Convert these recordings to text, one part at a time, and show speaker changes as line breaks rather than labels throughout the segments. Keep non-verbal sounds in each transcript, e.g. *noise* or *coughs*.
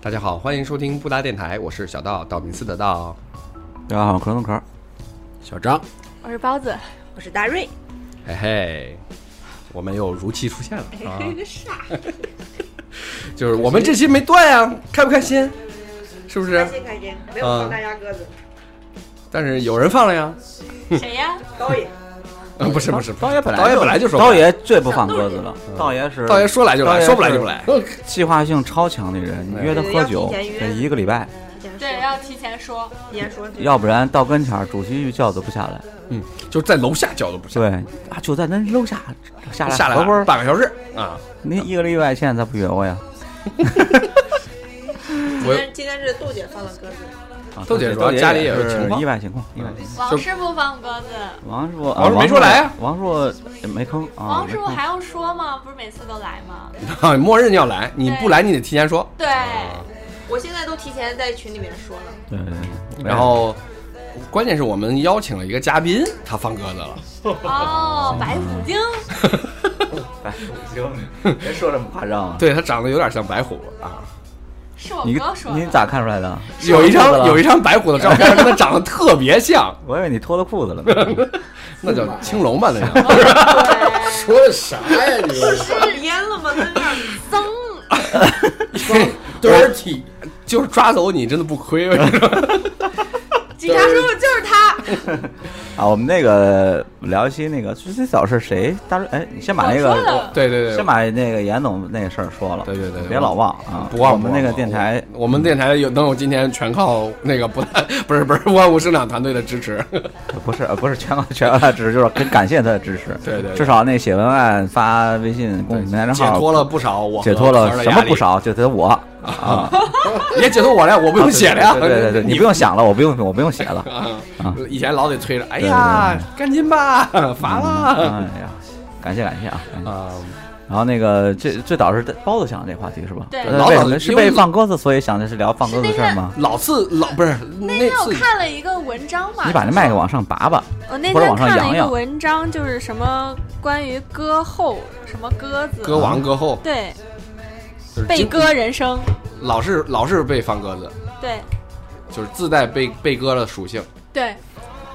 大家好，欢迎收听布达电台，我是小道，道明寺的道。
大家好，啊壳壳壳，
小张，
我是包子，
我是大瑞，
嘿嘿，我们又如期出现了啊！
哎傻，
*laughs* 就是我们这期没断呀、开不开心？是不
开
是？
心开心，没有
嗯
放大家鸽子，
但是有人放了呀？
*laughs* 谁呀？
导演
嗯，不是不是，
道呃爷本来
导演本来就说
道爷最不放鸽子了，道爷是
道爷说来就
道
来，
爷
说不来
是
就不来。
计划性超强的人，你约他喝酒
对要提前约
得一个礼拜，
*laughs* 提前
对，
说，
要提前说。
提前说，
要不然到跟前儿主席一叫都不下来。
嗯，就是在楼下叫都不行，
对啊，就在那楼下下来
下来
合会
了
儿，
半个小时啊！
你一个礼拜现在咋不约我呀？
今天今天是豆姐放了鸽子，
啊
豆姐主要
豆
家里也有
是
情况嗯
意外情况，意外情况。
王师傅放鸽子，
王师傅，啊
王师傅没说来啊，
王王师傅也没吭啊。
王师傅
没吭
还用说吗？不是每次都来吗？
啊， *laughs* 默认要来，你不来你得提前说。
对，
*laughs* 我现在都提前在群里面说了，
对对对，哎
然后，关键是我们邀请了一个嘉宾，他放鸽子了。
哦，白虎精，
哎别说这么夸
*laughs*
张啊。
对他长得有点像白虎啊，
是我
你
哥说
你
的。
咋看出来的？
有一
鸽子
张
了
有一张白虎的照片，跟他长得特别像，
我以为你脱了裤子了呢。
那叫青龙吧那叫。
*laughs*
说的啥呀你？
是淹了吗？在那 *laughs* 儿
僧，
啊
*laughs*
dirty，
就是抓走你真的不亏，我跟你说
警察叔叔就是他。
啊，我们那个聊一期那个最早是谁？大瑞，哎，你先把那
我说
个
的，
对对对
先，把那个严总那个事儿说了，
对对对
别老忘啊，
不忘
我们
不忘
那个电台，
我们电台有能有今天，全靠那个不不是不是万物生长团队的支持。
不是呃不是全靠全靠他支持，就是很感谢他的支持，
*laughs* 对对对
至少那写文案发微信公众平台账
解
号
脱了不少，我和
解脱
词儿
了
的
什
压
么
力
不，少，解脱
*laughs*
我啊，
也解脱我了呀，我不用写了呀。
对对对对，你不用想了，我不用我不用写了，
*laughs* 啊
啊，
以前老得催着，哎呀，赶紧吧， *laughs* 乏了
哎呀，感谢感谢啊，感谢
啊，
然后那个最最早是包子想的这个话题是吧？
对
呃
老
为
早
什么
就是因为
被放鸽子，所以想的是聊放鸽子的事儿吗？
老次老不是那
那天我
次
哎看了一个文章嘛，
你把那麦克往上拔拔，
我那
或者
天
往上
看了
扬
一个
扬
文章，就是什么关于歌后，什么鸽子，
歌王歌
啊
后
对，
就是
被
经
歌人生，
老是老是被放鸽子，
对
就是自带被被割的属性。
对，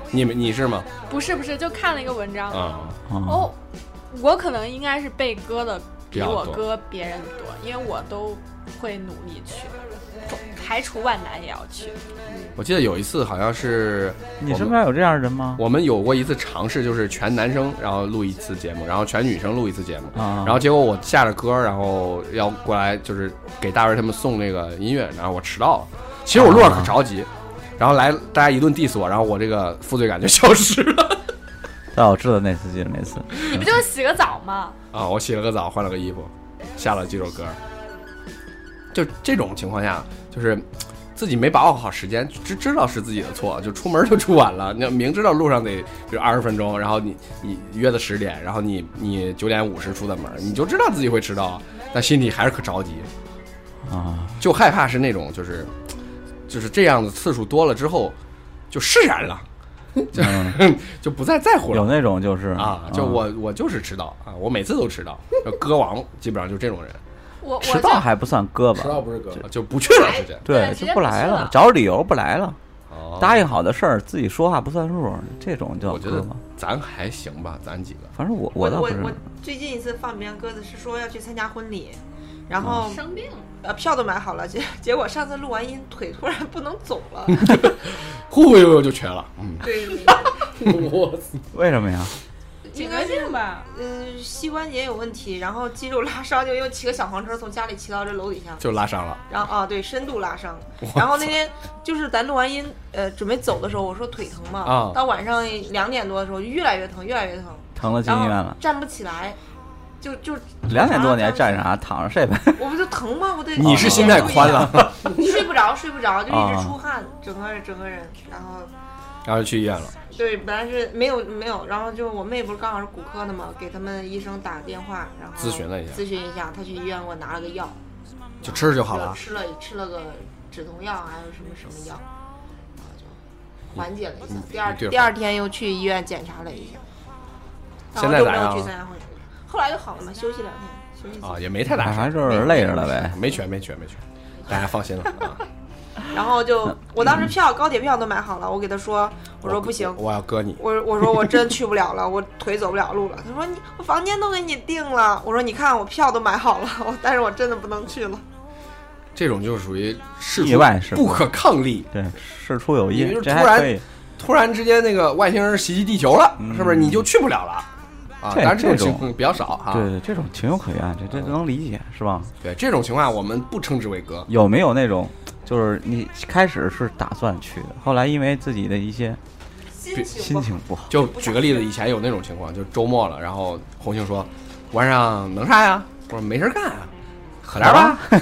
你们你是吗？
不是不是，就看了一个文章，
啊，
哦，
哦，我可能应该是被割的
比
比
较
我
多
割别人多，因为我都会努力去，排除万难也要去。
我记得有一次好像是
你
我
身
们
边有这样的人吗？
我们有过一次尝试，就是全男生然后录一次节目，然后全女生录一次节目，
啊
然后结果我下着歌，然后要过来就是给大瑞他们送那个音乐，然后我迟到了。其实我路上
啊
可着急，然后来大家一顿 diss 我，然后我这个负罪感就消失了
但我知道那次记得那次，
你不就是洗个澡吗？
啊！我洗了个澡，换了个衣服，下了几首歌。就这种情况下，就是嘖自己没把握好时间，知知道是自己的错，就出门就出晚了。你要明知道路上得比如二十分钟，然后你你约的十点，然后你你九点五十出的门，你就知道自己会迟到，但心里还是可着急。
啊，
就害怕是那种就是就是这样的次数多了之后就释然了，就、 *laughs* 就不再在乎
有
了。
那种就是嗯
啊，就我我就是迟到啊，我每次都
*laughs*
迟到，就歌王基本上就这种人，
我我
迟
就
到还不算割吧
迟？到不是鸽子，
就不去了直接。
对，
对
就
直接
不
不
来
去
了
了，
找理由不来了，
哦
答应好的事儿自己说话不算数，这种叫
我觉
割
得
吧。
咱还行吧，咱几个
反正我
我
倒不
我
是
我最近一次放别人鸽子是说要去参加婚礼，然后
哦
生病了。
呃票都买好了，结结果上次录完音腿突然不能走
*laughs*
了，
忽悠悠就瘸了。
*laughs*
嗯，
对，
我操
为什么呀？
颈椎病吧，
嗯、膝关节有问题，然后肌肉拉伤，就又骑个小黄车从家里骑到这楼底下，
就拉伤了。
然后啊，对，深度拉伤。然后那天就是咱录完音，呃，准备走的时候，我说腿疼嘛，
啊
到晚上两点多的时候，越来越疼，越来越疼，
疼了进
然
医
后
院了，
站不起来，就就
两点多你还站
着，
啥？躺着睡呗。
我不就疼吗？我得
*laughs*
哦
你是心太宽了，
睡不着，睡不着，就一
啊
直出汗，整个整个人，然后。
然后就去医院了。
对，本来是没有没有，然后就我妹不是刚好是骨科的嘛，给他们医生打电话，然后
咨询了一下
咨询一下，她去医院给我拿了个药，
就吃就好
就
了。
吃了吃了个止痛药，还有什么什么药，然后就缓解了一下。第二
对
第二天又去医院检查了一下，然
现
后
在
就
咋
没
样啊
有去参加婚礼。后来就好了嘛，休息两天，休息几
啊，
天。
也没太大事
反
儿，
正就是累着了呗。
没瘸没瘸没瘸。大家放心了啊。
然
*laughs*
后就我当时票高铁票都买好了，我给他说，我说不行，
我要割你。
我我说我真去不了了，我腿走不了路了。他说你我房间都给你订了，我说你看我票都买好了， *laughs* 我但是我真的不能去了。
这种就是属于事出
意外是吧
不可抗力，
对，事出有
你
因
就，
这
突
还
然
可以。
突然之间那个外星人袭击地球了，
嗯
是不是你就去不了了？啊，
这
当然这
这
种
种
情况比较少哈。
对对，这种情有可原，这
哦
这能理解是吧？
对这种情况我们不称之为哥，
有没有那种，就是你开始是打算去的，后来因为自己的一些
心
心
情不好，
情不好，
就举个例子，以前有那种情况，就周末了，然后红杏说晚上能啥呀？我说没事儿干啊，喝点儿吧。 *laughs*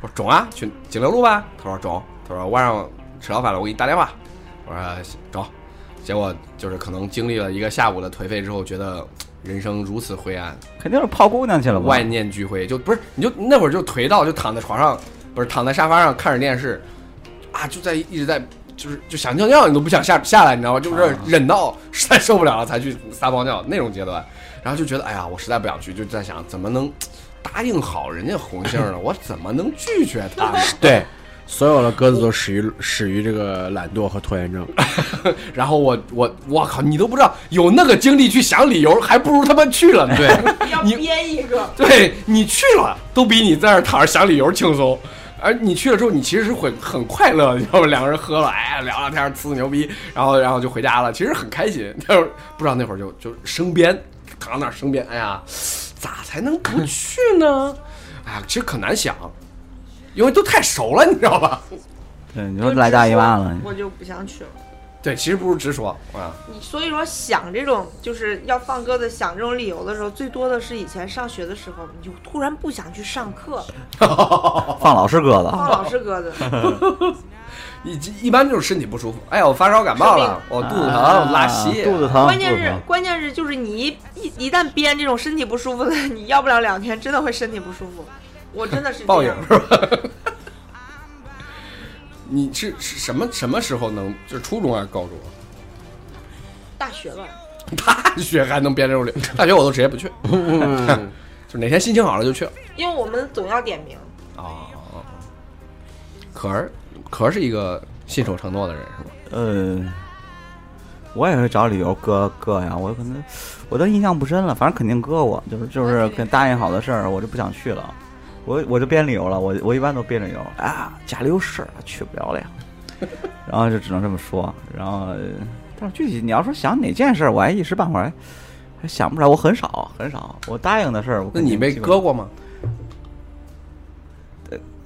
我说中啊，去锦陵路吧。他说中，他说晚上吃了饭了，我给你打电话。我说中。结果就是可能经历了一个下午的颓废之后，觉得人生如此灰暗，
肯定是泡姑娘去了吧？
万念俱灰，就不是你就那会儿就颓到就躺在床上，不是躺在沙发上看着电视，啊，就在一直在就是就想尿尿，你都不想下下来，你知道吗？就是忍到实在受不了了才去撒泡尿那种阶段，然后就觉得哎呀，我实在不想去，就在想怎么能答应好人家红杏呢？我怎么能拒绝她呢？
对，所有的鸽子都始于始于这个懒惰和拖延症。
*laughs* 然后我我我靠，你都不知道有那个精力去想理由，还不如他妈去了呢。对。
要
你
编一个。
*laughs* 对你去了，都比你在那儿躺着想理由轻松。而你去了之后，你其实是会很快乐的，要不两个人喝了，哎，聊聊天，呲呲牛逼，然后然后就回家了，其实很开心。 *laughs* 但是不知道那会儿就就生编，躺那儿生编，哎呀，咋才能不去呢？ *laughs* 哎呀，其实可难想，因为都太熟了，你知道吧？
对，你说来大姨妈了，
我就不想去了。
对，其实不如直说啊，
你所以说想这种就是要放鸽子想这种理由的时候，最多的是以前上学的时候，你就突然不想去上课，
放老师鸽子，
放老师鸽子。
一一般就是身体不舒服，哎呀，我发烧感冒了，我肚子疼，我拉稀，
啊肚子疼，
关键
肚子 *laughs*
是
疼
关键是就是你一一一旦编这种身体不舒服的， *laughs* 你要不了两天真的会身体不舒服。我真的是
报应
这样，
是吧？ *laughs* 你是是什么什么时候能？就是初中还是高中？啊
大学了，
*laughs* 大学还能编这种理由？大学我都直接
*laughs*
不去，就哪天心情好了就去。
因为我们总要点名。
啊，可儿，可儿是一个信守承诺的人，是吧？
呃，我也会找理由割割呀，我可能我都印象不深了，反正肯定割我，就是就是跟答应好的事儿，我就不想去了，我我就编理由了，我我一般都编理由啊，家里有事儿去不了了呀，然后就只能这么说，然后呃但是具体你要说想哪件事儿，我还一时半会儿还还想不出来，我很少很少，我答应的事儿，我
那
肯定
你被
基本
割过吗？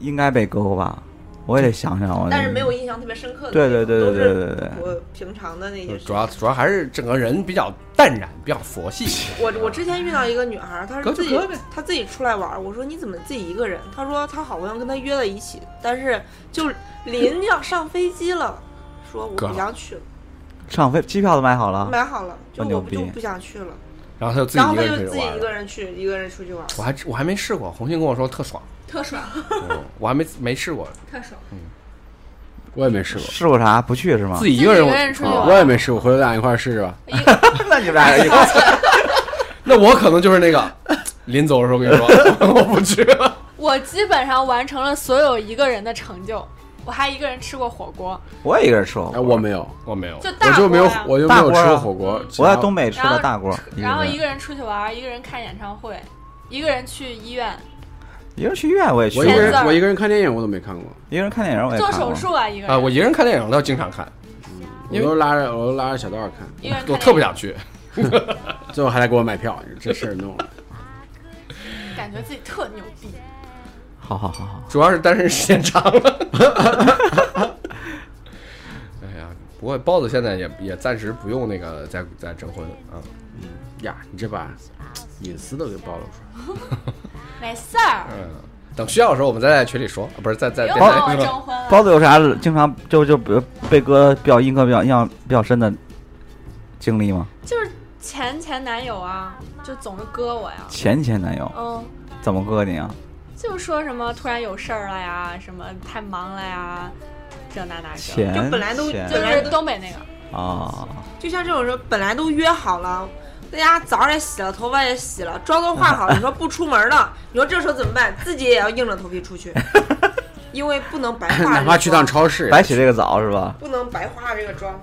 应该被割过吧？我也得想想，我
但是没有印象特别深刻的。
对对对对对对对
都是我平常的那些事
主。要主要还是整个人比较淡然，比较佛系。
我我之前遇到一个女孩儿，她
隔就
是自己
隔呗
她自己出来玩儿，我说你怎么自己一个人？她说她好朋友跟她约了一起，但是就临要上飞机了，说我
割
不
了
想去了，
上飞机票都买好了，
买好了，
啊
就
那牛
我不就
逼
不想去了。
然后他就自
然
己
后
一个
她就
人
自
出
己
去玩
一
了。
个人去，一个人出去玩儿，
我还我还没试过，红杏跟我说特爽，
特爽，
嗯 *laughs* 我还没没试过，
特爽，
我也没试过，
试过啥不去是吗
自？己一个人
自己一个人出去
啊
玩
我也没试过，回头咱俩一块儿试试吧。
*laughs* 那你们俩人一块儿
*laughs* 那我可能就是那
*laughs*
个临走的时候跟你说， *laughs* 我不去了。
我基本上完成了所有一个人的成就，我还一个人吃过火锅，
我也一个人吃火
哎，
锅，
我没有，
我没有
就大
我就没有
锅呀，
我就没
大
有
锅
吃
啊
过火锅。
我在
只要
东北吃
然
的
后
大锅，
然后一
个
个人出去玩，一个人看演唱会，一个人去医院
一个人去医院我也去
我
过，
一个
签字
人
儿
我一个人看电影我都没看过，
一个人看电影我也
做
看过
手术啊，一个
啊，
人，
我一个人看电影倒经常看，
我都拉着我都拉着小道儿看，
一个人
我
看
特不
电
想去。
最后还得给我买票，你说这事儿弄 *laughs* 的。
影，感觉自己特牛逼。
好好好好，
主要是单身时间长了。 *laughs* 哎呀，不过包子现在也也暂时不用那个再再征婚啊。
嗯呀，你这把隐私都给暴露出来了。
没事儿，
嗯，等需要的时候我们再在群里说，啊、不是在
不
在
用
电
跟我
台
征
说。
婚了。
包子有啥经常就就比如被哥比较印刻比较印象比较深的经历吗？
就是前前男友啊，就总是割我呀，
前前男友
嗯，
怎么割你啊？
就说什么突然有事儿了呀，什么太忙了呀，这那那这，
前
就本来都
前
就
本来
是
都
东北那个，
啊，
就像这种时候本来都约好了。大家澡儿也洗了，头发也洗了，妆都化好了。你说不出门了，你说这时候怎么办？自己也要硬着头皮出去。因为不能白化，
哪怕去趟，超市，
白起这个早是吧？
不能白化这个妆。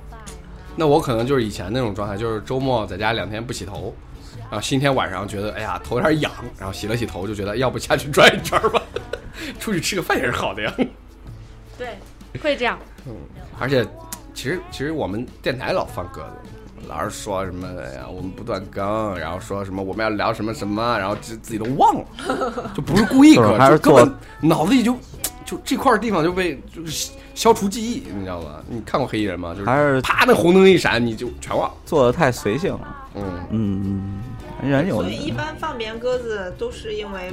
那我可能就是以前那种状态，就是周末在家两天不洗头，然后星期天晚上觉得哎呀头有点痒，然后洗了洗头就觉得要不下去转一圈吧， *laughs* 出去吃个饭也是好的呀。 *laughs*
对，会这样。
而且，其实其实我们电台老放鸽子，老是说什么哎呀我们不断更，然后说什么我们要聊什么什么，然后自自己都忘了，就不是故
*laughs*
意
就是
搁，
还是
就根
做
本脑子里就就这块地方就被就是消除记忆，你知道吗？你看过黑衣人吗？就是
还是
啪那红灯一闪你就全忘，
做的太随性了。
嗯，
嗯，人有
所以一般放鞭鸽子都是因为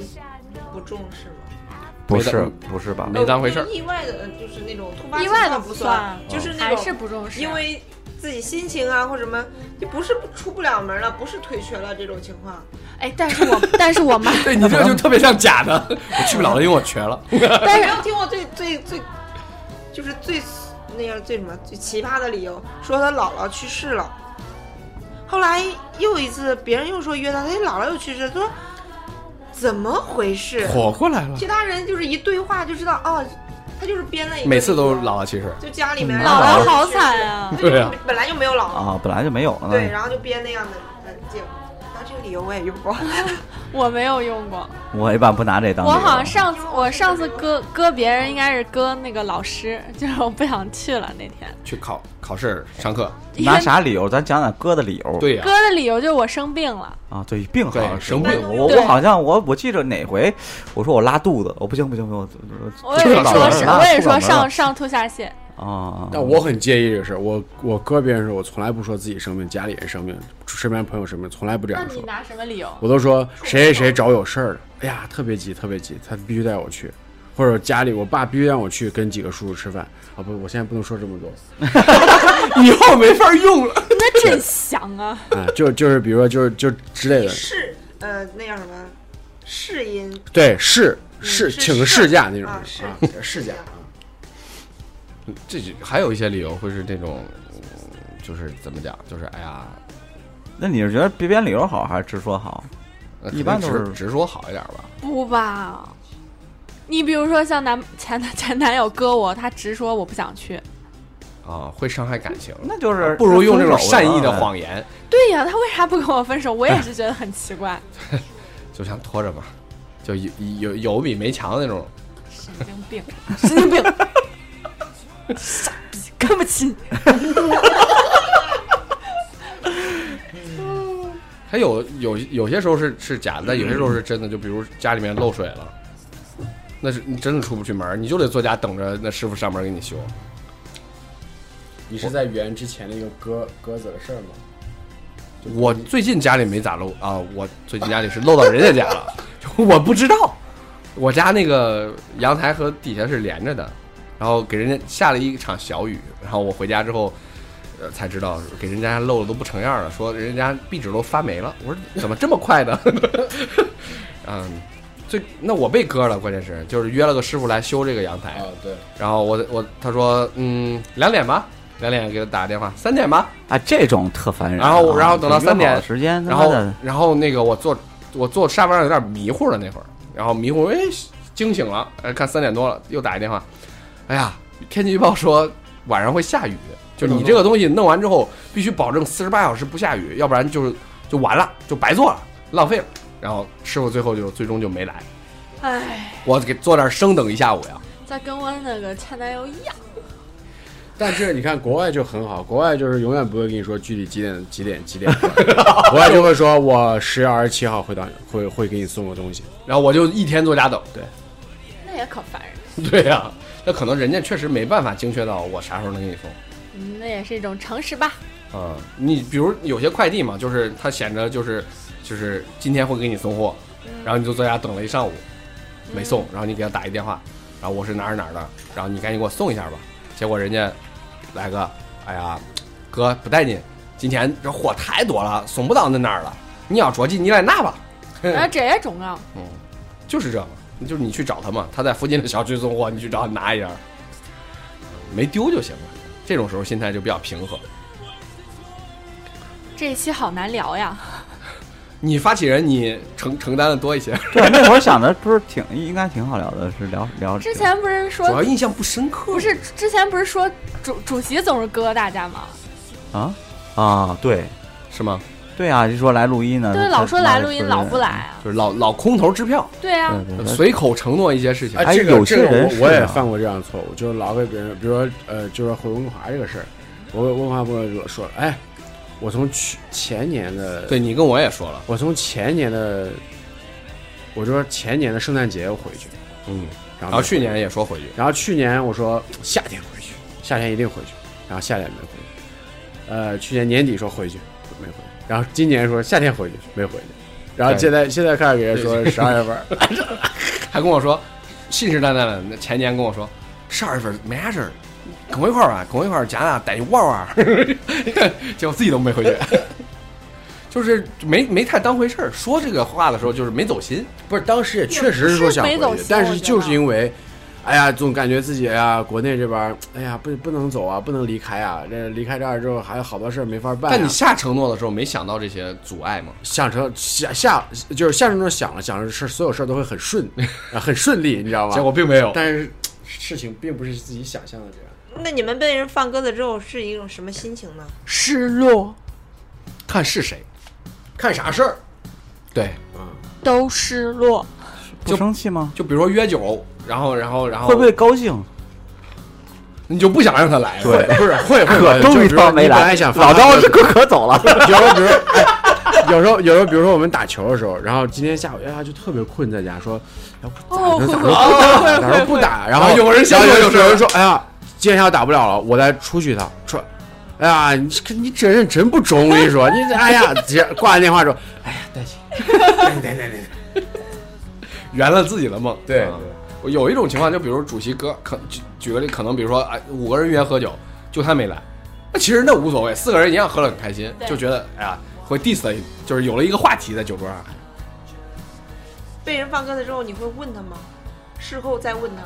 不重视嘛，
不
没
是
得
不是吧？
没当回事儿
呃。意外的，就是那种突发
意
情
外的
况
不
不
算嗯
就是那
还
种
是不重视，
因为自己心情啊或什么，就不是出不了门了，不是退学了这种情
*laughs*
况。
哎，但是我但是我妈，
*laughs* 对你这个就特别像假的，我去不了了，因为我瘸了。
但是没有听过最最最，就是最那个最什么最奇葩的理由，说他姥姥去世了。后来又一次，别人又说约他，他姥姥又去世，他说怎么回事？
*laughs* 活过来了，
其他人就是一对话就知道，哦，他就是编了一个，
*laughs* 每次都老了啊其实。
就家里面
嗯
姥
姥
姥
姥
好惨，啊！
去世
对啊，嗯
本来就没有姥姥，
啊，本来就没有呢。
对，然后就编那样的呃借口。那这个理由哎我也用
*laughs*
过，
我没有用过，
我一般不拿这当理
我
由。
好像上次我上次割割别人应该是割那个老师，就是我不想去了那
啊
天。
去考考试上课，
因为
拿啥理由？咱讲讲哥的理由。
对呀、
割的理由就是我生病了，
啊，对病好像
对
是
生病
我我
对
我好像我我记着哪回我说我拉肚子，我不行不行不行，我
我也
出老
说
门
是，
了
我也
出老
说
门了
上上吐下泻，
啊。
但我很介意这个事儿，我我哥别人说，我从来不说自己生病，家里人生病，身边朋友生病，从来不这
那
样
你
说。
拿什么理由？
我都说谁谁谁找我有事儿了，哎呀，特别急，特别急，他必须带我去，或者家里我爸必须让我去跟几个叔叔吃饭啊！不，我现在不能说这么多
以后没法用了。
那真香啊！
啊，就就是比如说就是就之类的，
是呃那叫什么试音
对，是是，
是
请
是
试驾那种
啊是
事啊，试驾啊，
这就还有一些理由会是这种，嗯就是怎么讲，就是哎呀，
那你是觉得别编理由好还是直说好？
呃
一般都
可能
是
直直说好一点吧。
不吧？你比如说像男前男前男友割我，他直说我不想去。
啊，会伤害感情，
那就是
不如用这种善意的
那分手了啊
谎言，
对呀，他为啥不跟我分手？我 *laughs* 也是觉得很奇怪。
就想拖着吧，就有有有比没强的那种。
神经病， *laughs* 神经病，傻逼，看不起你。
还有有有些时候是是假的，但有些时候是真的。就比如家里面漏水了，那是你真的出不去门儿，你就得坐家等着那师傅上门给你修。
你是在圆之前那个鸽鸽子的事儿吗？
我最近家里没咋漏啊，我最近家里是漏到人家家了， *laughs* 我不知道。我家那个阳台和底下是连着的，然后给人家下了一场小雨，然后我回家之后，呃，才知道给人家漏的都不成样了，说人家壁纸都发霉了。我说怎么这么快呢？ *laughs* 嗯，最那我被割了，关键是就是约了个师傅来修这个阳台，
啊，对，
然后我我他说嗯两点吧，两点给他打个电话，三点吧，
啊，这种特烦人啊。
然后然后等到三点
约好时间，
然
他妈
后
的
然后那个我坐我坐沙发上有点迷糊了那会儿，然后迷糊哎惊醒了，哎看三点多了又打一电话，哎呀天气预报说晚上会下雨，就你这个东西弄完之后必须保证四十八小时不下雨，要不然就是就完了就白做了浪费了。然后师傅最后就最终就没来，
哎，
我给坐那儿生等一下午呀。
在跟我那个前男友一样，
但是你看国外就很好，国外就是永远不会跟你说具体几点几点几点，国外就会说我十月二十七号会到会会给你送个东西。
然后我就一天坐家等。
那也可烦
*laughs*
人。
对呀、那可能人家确实没办法精确到我啥时候能给你送。
嗯，那也是一种诚实吧。
啊、你比如有些快递嘛，就是他显着就是就是今天会给你送货，然后你就在家等了一上午，没送，然后你给他打一电话，然后我是哪儿哪儿的，然后你赶紧给我送一下吧。结果人家来个，哎呀，哥不带劲，今天这货太多了，送不到那那儿了。你要着急，你来拿吧。
然后这也重要。
就是这个，就是你去找他嘛，他在附近的小区送货，你去找他拿一下，没丢就行了。这种时候心态就比较平和。
这一期好难聊呀，
你发起人，你承承担的多一些。
对，那会儿想的不是挺应该挺好聊的，是聊聊
之前不是
主要
说
印象不深刻，
不是之前不是说主主席总是搁大家吗？
啊啊，对
是吗？
对啊，就说来录音呢，
对，
他
老说来录音，老不来，
他
啊。
就是老老空头支票，
对啊，
对对对
随口承诺一些事情。
哎
嗯哎，这个
有些
这个
人是
我我也
啊
犯过这样的错误，就是老给别人，比如说呃，就说回温哥华这个事儿，我给温哥华朋友就说，哎，我从去前年的，
对你跟我也说了，
我从前年的，我就说前年的圣诞节我回去，
嗯，然
然后
后
没
去
回
年也说回去，
然后去年我说夏天回去，夏天一定回去，然后夏天没回去。呃，去年年底说回去，没回去。然后今年说夏天回去，没回去。然后
对
现在现在开始给人说十二月
*laughs*
份儿，
还跟我说信誓旦旦的，那前年跟我说十二月份没啥事儿，跟我一块儿吧，跟我一块儿，咱俩带去玩玩， *laughs* 结果自己都没回去。就是没没太当回事儿，说这个话的时候就是没走心，
不是当时也确实是说想
也不是没
回
走
去
心，
但
我
是
觉
就是
得
因为，哎呀，总感觉自己哎呀，国内这边儿哎呀不不能走啊，不能离开啊，这离开这儿之后还有好多事儿没法办、啊。
但你下承诺的时候没想到这些阻碍吗？
想成下下就是下程中想了想着事儿，所有事儿都会很
*laughs*
顺，啊很顺利，你知道吗？
结果并没有，
但是事情并不是自己想象的这样。
那你们被人放鸽子之后是一种什么心情呢？
失落
看是谁，
看啥事儿？
对，
都失落，
不生气吗？
就比如说约酒，然后然后然后
会不会高兴？
你就不想让他来了？
对
不是会会
可
*laughs* 会，
终于
到
他没
本来
来，
想
老
招
招这可可走了。
有时候比如、哎有时候有时候比如说我们打球的时候，然后今天下午哎呀就特别困，在家说，要不
哦会
打着
会
打着打着不打，然
哦
后
有人先
然后
说
有
有事儿
有人说哎呀今天下午打不了了，我再出去一趟，说。哎呀，你这你这人真不中，我跟你说，你这哎呀，直接挂完电话说，哎呀，担心，
圆了自己的梦。
对
嗯我有一种情况，就比如主席哥，可举举个例，可能比如说，哎，五个人约喝酒，就他没来，那其实那无所谓，四个人一样喝得很开心，
对
就觉得哎呀，会 diss 的，就是有了一个话题在酒桌
哎
上。
被人放鸽子之后，你会问他吗？事后再问他，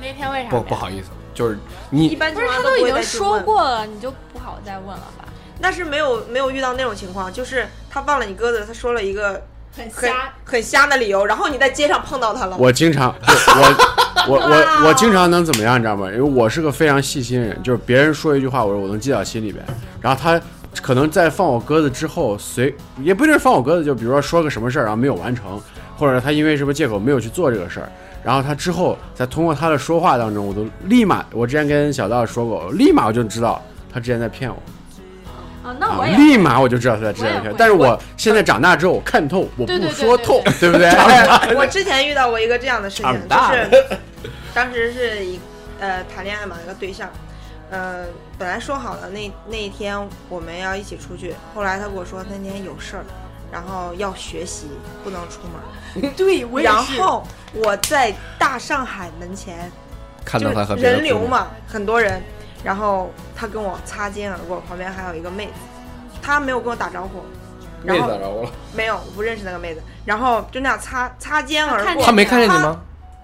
你那天为啥
哎
不
没
不好意思，就是
一
你
般
不
情
是
况
他
下都
都
不
已
会
经
再去
说
问，
过了，你就不好再问了吧？
但是没有没有遇到那种情况，就是他放了你鸽子，他说了一个
很
很，很瞎的理由，然后你在街上碰到他了。
我
*laughs*
经常，我我我我经常能怎么样，你知道吗？因为我是个非常细心人，就是别人说一句话，我说我能记到心里边。然后他可能在放我鸽子之后，随也不一定是放我鸽子，就比如说说个什么事儿，然后没有完成，或者他因为什么借口没有去做这个事儿。然后他之后在通过他的说话当中，我都立马，我之前跟小道说过，立马我就知道他之前在骗我，
啊，那
啊
我也
立马我就知道他在之前
我
在
也
骗
会。
但是
我
我现在长大之后，我看透，我不
对对对
说
对
透，对不对？ *laughs*
*laughs* 我之前遇到过一个这样的事
长
情，就
大
是
*laughs*
当时是一呃谈恋爱嘛，一个对象，呃，本来说好了那那一天我们要一起出去，后来他跟我说那天有事儿，然后要学习，不能出门。
*laughs* 对，我也
然
是
后我在大上海门前，
看到他和
就
别的
人流
姑娘，
嘛，很多人，然后他跟我擦肩而过，旁边还有一个妹子，他没有跟我打招呼，然后
着啊我了，
没有，我不认识那个妹子，然后就那样擦擦肩而
看
过。
见
他没看见你吗？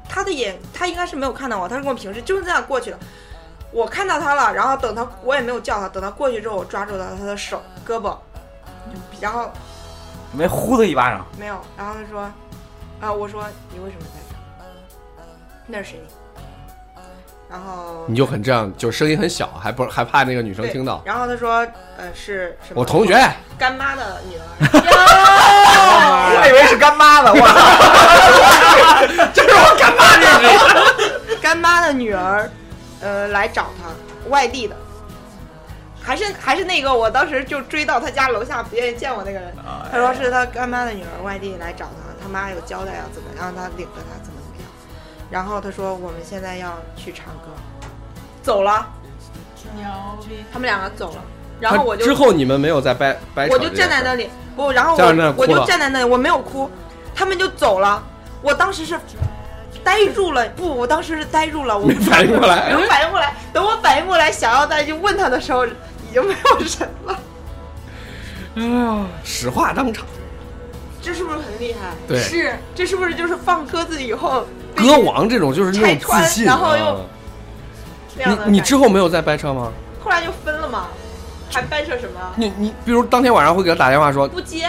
他的眼，他应该是没有看到我，他是跟我平视，就是这样过去了。我看到他了，然后等他，我也没有叫他，等他过去之后，我抓住了他的手、胳膊，然后
*laughs* 没呼的一巴掌，
没有，然后他说，啊，我说你为什么在这儿？那是谁？然后
你就很这样，就是声音很小，还不还怕那个女生
对
听到。
然后他说，呃，是什么？
我同学，
干妈的女儿。
我以为是干妈呢， *laughs* 我
干妈的女儿，呃，来找他，外地的，还是还是那个，我当时就追到他家楼下，不愿意见我那个人。
哎
他说是他干妈的女儿外地来找他，他妈有交代要啊怎么让他领着他怎么怎么样。然后他说我们现在要去唱歌，嗯走了，
牛逼，
他们两个走了。然后我就
嗯之后你们没有在掰掰扯
我
这
就
件
站在
事
那里，不，然后
站在那儿
我
哭
我就
了
站在那里，我没有哭，他们就走了。我当时是呆住了，不，我当时是呆住了，我
没反应过来
没反应过来。等我反应过来，想要再去问他的时候，已经没有人了。
哎实话当场，
这是不是很厉害？
对，
是
这是不是就是放鸽子以后被
歌王这种就是那
拆
种
穿
自信，
然后
啊
又那样的
你你
感
之
觉
后没有再掰扯吗？
后来就分了嘛，还掰扯什么？
你你比如当天晚上会给他打电话说
不接，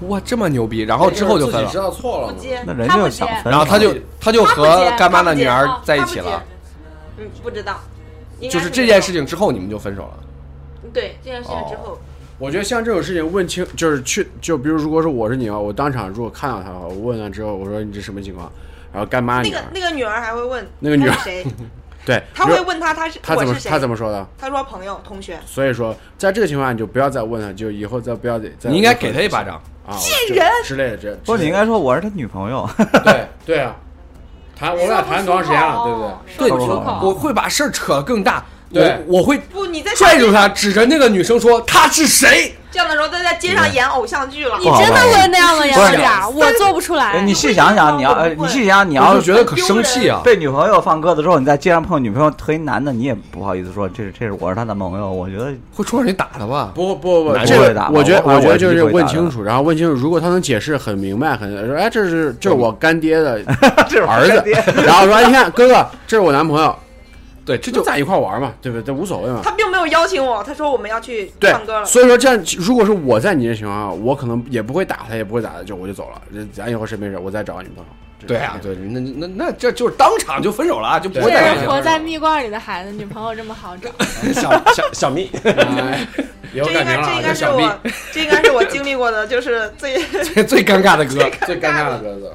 哇这么牛逼，然
哦
后之后就分
自己知
了，
道错了
不
嘛，
接，
那人家就想分手，
然后他就他就
他不
和
接
干妈的
他不接
女儿
啊
在一
他不
起
接
了，，
嗯，不知道，应该
就是是这件
不
事哦
知
情之后你们就分手了。
道，对这件事情之后，
我觉得像这种事情问清，就是去，就比如如果说我是你的话，啊我当场如果看到他的话，我问了之后，我说你这什么情况？然后干妈
那
女
个
儿，
那个女儿还会问
那个女儿
她是
*laughs*
谁，
对，
她
如
会
果
问他他是
他
我
怎么
是谁，
他怎么说的？
她说朋友同学，
所以说，在这个情况下，你就不要再问了，就以后再不要再。再
你应该给他一巴掌，
啊，贱人之类的，这
不是你应该说我是他女朋友，
*laughs* 对对啊，谈我们俩谈多长时间了，对不对？
对，
说不出口，
我会把事儿扯得更大，
对
我我会
不，你在
拽住他，指着那个女生说她嗯哦是谁，
这样的时候，他在街上演偶像剧了
你。真的会那样吗，
不
杨
是
姐？哎我做不出来。
哎 *laughs* 你细想想，你要呃，
我不
你
会
细想想，你
我
要
就觉得可生气啊！
被女朋友放鸽子之后，你在街上碰女朋友和一男的，你也不好意思说这是这是我是他男朋友，我觉得
会冲上去打他吧？
不不不，
男
这
不会
个
打吧
我觉得
我怕
我觉
我
得
是
就是
不会
问
打的
清楚，然后问清楚，如果他能解释很明白，很说哎这是这是我干爹的
这是 *laughs*
儿子，然后说哎你看哥哥这是我男朋友，
对，这
这
就
就在一块玩嘛，对不对？这无所谓嘛。
他并没有邀请我，他说我们要去
对
唱歌，了。
所以说这样，如果是我在你这情况下，我可能也不会打他，也不会打他，就我就走了。这咱以后谁没事，我再找个女朋友。这
对啊，对，那那那这就是当场就分手了啊，就不
对
会
这
再
是
联
活
系
在蜜罐里的孩子，女朋友这么好找， *laughs*
小小小蜜，
*laughs* 哎有
这应
感
该这
情了啊，
应该是
小
*laughs* 我这应该是我经历
*laughs*
过的，就是最
最最尴尬的歌。
最尴尬的鸽子。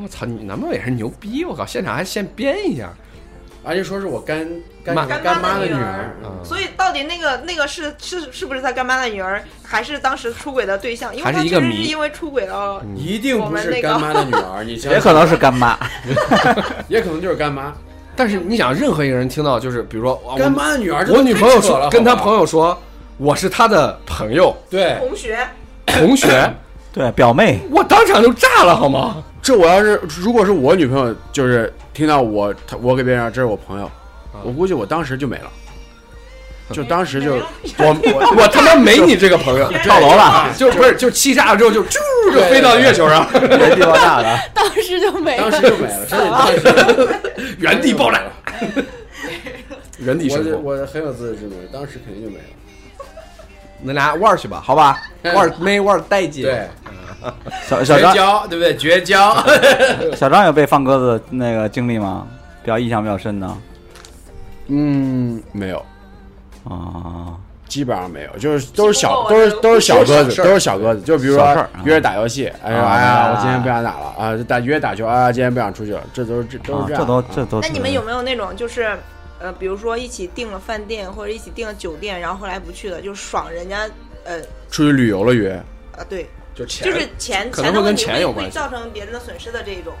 我操，你男朋友也是牛逼！我靠，现场还现编一下，
*laughs* 而且说是我干干
妈
干妈
的
女
儿
儿，。
嗯
所以到底那个那个是是是不是他干妈的女儿，还是当时出轨的对象？因为
还
他
是一
确
个
实是
谜嗯
因为出轨了，
一定不是干妈的女
*laughs*
儿，你相信
也可能是干妈，
也可能就是干妈，
但是你想，任何一个人听到就是，比如说，哇
干妈的女儿，
我我女朋友说跟她朋
友
友说我是她的朋友
对，
同学
同学，
对表妹，
*coughs* *laughs* 我当场就炸了，好吗？
这我要是如果是我女朋友，就是听到我她我给别人说这是我朋友，我估计我当时就 *laughs* 没了，就当时就
我我我他妈没你这个朋
*laughs*
友，
跳楼了，
就不是就气炸了之后就啾就飞到月球上， *laughs*
人地方大的，
当时就没
当
了
时。就没 *laughs* 了，真的当时
原地爆炸，原地升
我
空。
我很有自知之明，当时肯定就没了。
那俩玩儿去吧，好吧，玩儿没玩儿带劲。
对，
*laughs* 小小张
交对不对？绝交，
小张有被放鸽子那个经历吗？比较印象比较深的啊、
嗯，没有，
哦
基本上没有，就是都是小
我
都是
就
都是小鸽子，
事儿
都是小鸽子。就比如
小事儿
说
啊
约着打游戏，哎呀
啊
哎
啊
呀，我今天不想打了啊，就打约打球啊，今天不想出去了，这都是这都
啊
是，
这
样
都
啊。
这都。
那你们有没有那种就是，呃，比如说一起订了饭店或者一起订了酒店，然后后来不去了，就爽人家，呃
出去旅游了约，
呃，对，
*laughs* 就钱
就是钱
可能
的
会跟
问题
钱有
会
关系
造成别人的损失的这一种。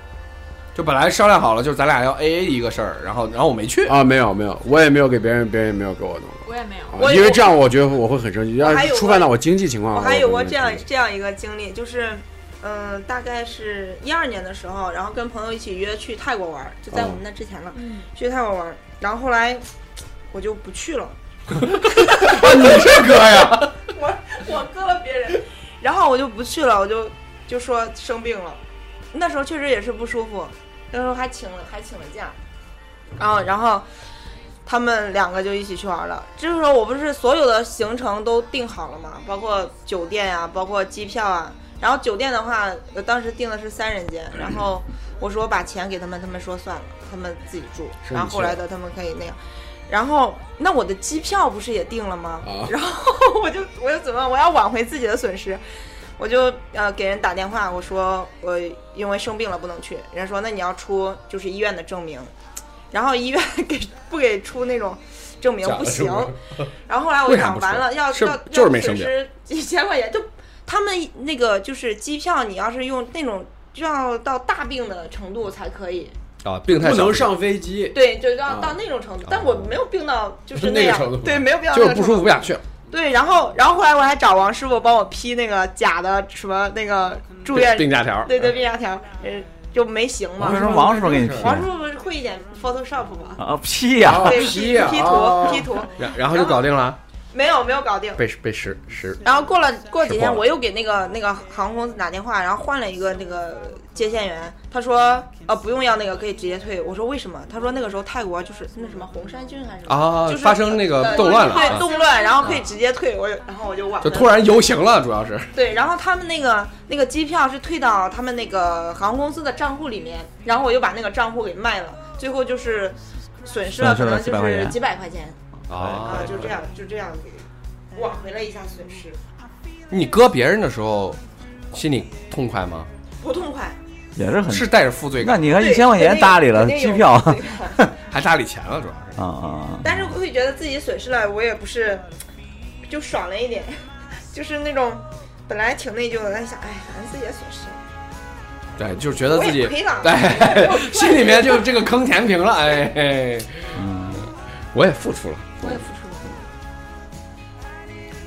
就本来商量好了，就是咱俩要 A A 一个事儿，然后然后我没去，
*laughs* 啊，没有没有，我也没有给别人，别人也没有给我弄。
我也没有，
我
啊因为这样，我觉得我会很生气。要
还
是
有
触
过
犯到我经济情况，
我还有过这样
哦我会很生气
这样一个经历，就是，嗯、大概是一二年的时候，然后跟朋友一起约去泰国玩儿，就在我们那之前了，
嗯，
去泰国玩儿，然后后来我就不去了，
你是哥呀？
我我割了别人，然后我就不去了，我就就说生病了，那时候确实也是不舒服，那时候还请了还请了假，然后然后他们两个就一起去玩了。这个时候我不是所有的行程都定好了嘛，包括酒店啊，包括机票啊。然后酒店的话，呃当时订的是三人间，然后我说我把钱给他们，他们说算了，他们自己住。
生
然后
气
后来
了
的他们可以那样。然后，那我的机票不是也定了吗？
啊
然后我就我就怎么我要挽回自己的损失，我就呃给人打电话，我说我因为生病了不能去，人家说那你要出就是医院的证明，然后医院 *laughs* 给不给出那种证明
假的
不
是
行
不是，
然后后来我
为啥
想
不
完
出
了要
是
要
就是
要
没
损
生病
失几千块钱，就他们那个就是机票，你要是用那种就要到大病的程度才可以，
*laughs* 啊，病态
不
小
能
子
上飞机，
对，就要
啊
到那种程度，但我没有病到就是
那个
样
程度，
对，没有病到
就
那
是
个
不
程
舒
度
服不想去，
对，然后然后后来我还找王师傅帮我批那个假的什么那个住院
病假条，
对对病假条，呃就没行嘛
王。师傅，王师傅给你批
王师傅不是会一点 Photoshop 吗？
啊，批呀、
啊
对，
批
批
啊
图
啊
批图，
然然后就搞定了。
没有没有搞定。
被被十十
然后过了过几
吃过
天，
了
我又给那个那个航空公司打电话，然后换了一个那个接线员，他说呃不用要那个，可以直接退。我说为什么？他说那个时候泰国就是那什么红衫军还是什么，
啊
就是
发生那个
呃
动乱了
对
啊，
动乱，然后可以直接退。我就然后我就晚
就
了
突然游行了，主要是
对，然后他们那个那个机票是退到他们那个航空公司的账户里面，然后我又把那个账户给卖了，最后就是损失了
损失
可
了
能
几
就
百块
是
钱
几百块钱
啊
哦
啊，就这样就这样给挽回了一下损失，
你割别人的时候，心里痛快吗？
不痛快。
也是很。
是带着负罪
那
感，
你看
对
一千块钱搭理了机票，啊
肯定有肯定有
还搭理钱了，主要是。
啊啊！
但是会觉得自己损失了，我也不是就爽了一点，就是那种本来挺内疚的，但想哎，反正自己也损失了，
对，就是觉得自
我
己哎
也亏了
对，心里面就这个坑填平了，哎，嘿
嗯，
我也付出了，
我也付出了。
哎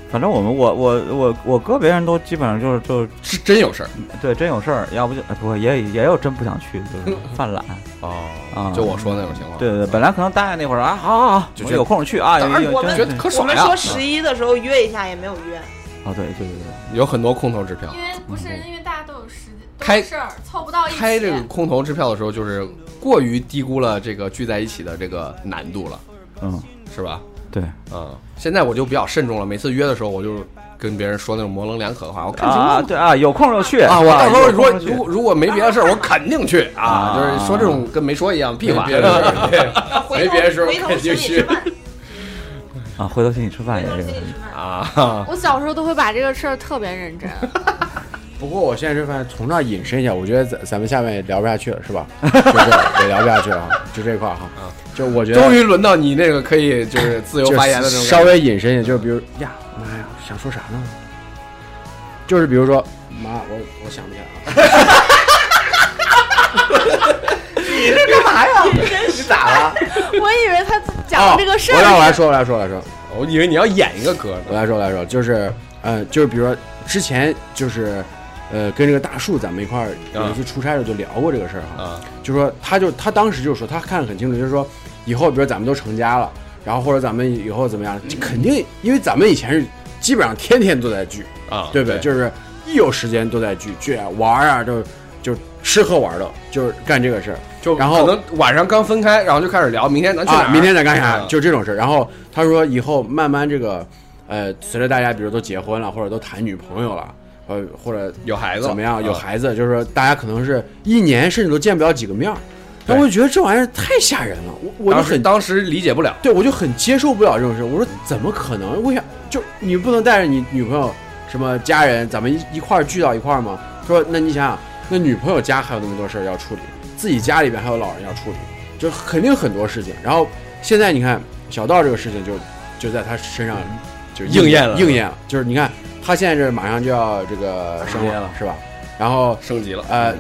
反正我们我我我我哥别人都基本上就是就是
是真有事儿
对真有事儿，要不就哎不也也有真不想去，就是
*laughs*
犯懒。
哦
啊
就我说那种情况，
对对对，本来可能答应那会儿啊，好好好，
就
我
觉得
有空去啊，有
当然
有
我们
觉
真
得
的
可
我
爽
们
呀
说，十一的时候约一下也没有约，
哦对对对对，
有很多空头支票
因。为不是因为大家都有时间，都
开
有事儿，凑不到一起。
开这个空头支票的时候，就是过于低估了这个聚在一起的这个难度了，
嗯
是吧？
对，
嗯，现在我就比较慎重了，每次约的时候，我就跟别人说那种模棱两可的话，我看情况
啊对啊，有空就去
*laughs*
啊，我到时候
有
如果
空就去
如果如果没别的事儿，我肯定去啊，
啊
就是说这种跟没说一样，屁话。
没别的事儿 *laughs*
回头
没别的时候
回头
肯
请
定
你
去
吃饭，
啊，回头请你吃饭
回
也
头
是
请你吃饭。
啊，
我小时候都会把这个事儿特别认真，
不过我现在就发现，从这儿引申一下，我觉得咱咱们下面也聊不下去了，是吧？ *laughs* 就是也聊不下去了啊，就这一块儿哈，就我觉得
终于轮到你那个可以就是自由
就
发言的那种感觉，
稍微引申一下，就是比如呀，妈呀，想说啥呢？就是比如说，妈，我我想不起来了。
我以为他
哦
讲这个事
我来我
儿
来说，我来说，我来说，
我以为你要演一个歌
我
呢。
来说，我来说，就是，嗯、就是比如说之前就是，呃，跟这个大树咱们一块儿有一次出差的时候就聊过这个事儿哈，
啊，
就说他就他当时就说他看得很清楚，就是说以后比如咱们都成家了，然后或者咱们以后怎么样，这肯定因为咱们以前是基本上天天都在聚，
啊
对不对？就是一有时间都在聚聚啊玩儿啊，就就吃喝玩乐，就是干这个事儿。
就
然后
可能晚上刚分开，然后就开始聊明天咱去哪
啊，
儿，
明天再干啥？
嗯
就这种事儿。然后他说以后慢慢这个，呃，随着大家比如都结婚了，或者都谈女朋友了，呃，或者
有孩子了
怎么样，有
嗯
孩子，就是说大家可能是一年甚至都见不了几个面儿。
对
但我就觉得这玩意儿太吓人了，我我就
当时
很
当时理解不了，
对，我就很接受不了这种事。我说怎么可能？为啥？就你不能带着你女朋友、什么家人，咱们一一块儿聚到一块儿吗？他说，那你想想，那女朋友家还有那么多事儿要处理，自己家里边还有老人要处理，就肯定很多事情。然后现在你看小道这个事情就就在他身上就
嗯应验了
应验了。就是你看他现在这马上就要这个生
结
了
了
是吧？然后
升级了。嗯
呃，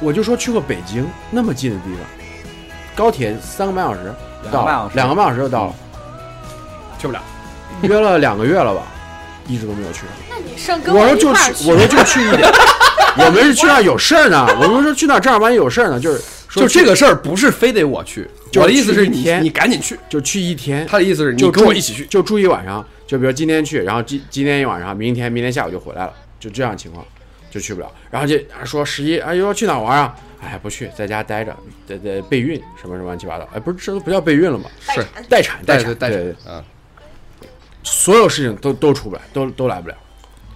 我就说去过北京那么近的地方，高铁三个半小时到了，两
两
个
个
半小时就到了，
去不了，
约了两个月了吧，一直都没有去。
那你剩跟
我说
一
就
块儿
去，我说就去一点。我们是去那儿有事儿呢，我们是去那儿正儿八经有事儿呢，就是说
就这
去
个事儿不是非得我去，
就
我的意思是
去一
你
天
你赶紧去，
就去一天，
他的意思是你
就
跟
住
我一起去，
就住一晚上。就比如今天去，然后今今天一晚上，明天明天下午就回来了，就这样情况，就去不了。然后就啊说十一，哎呦要去哪儿玩啊？哎不去，在家待着，得得备孕什么什么乱七八糟。哎不是这都不叫备孕了吗？
是
待产
带
产
着带
对
着
对，
啊，
所有事情都都出不来，都都来不了。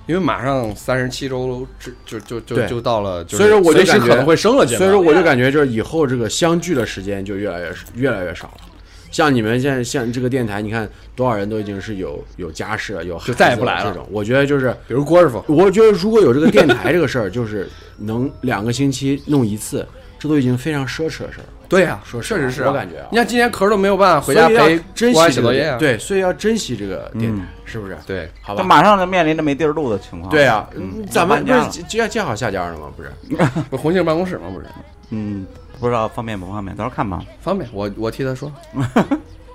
因为马上三十七周之就就就
对
就到了，就是
所以说我就
随时
感觉
可能会生了姐妹，
所以说我就感觉就是以后这个相聚的时间就越来越少越来越少了。像你们现在像这个电台，你看多少人都已经是有有家室了，有孩子
就再也不来了
这种。我觉得就是，
比如郭师傅，
我觉得如果有这个电台这个事儿，就是能两个星期弄一次，这都已经非常奢侈的事儿了。
对呀，
说实
确
话
实是啊，
我感觉啊
你看今天壳儿都没有办法回家
所以
陪
要珍
郭安
惜
写
这个
作业
电
啊，
对，所以要珍惜这个电台
嗯，
是不是？，
对，
好
这
吧。
马上就面临着没地儿住的情况。
对啊，
嗯
咱们不
搬家
是
了
接接接好下家了吗？不是，
不是红杏办公室吗？不是
嗯，不知道方便不方便，到时候看吧。
方便，我我替他 *laughs* 说，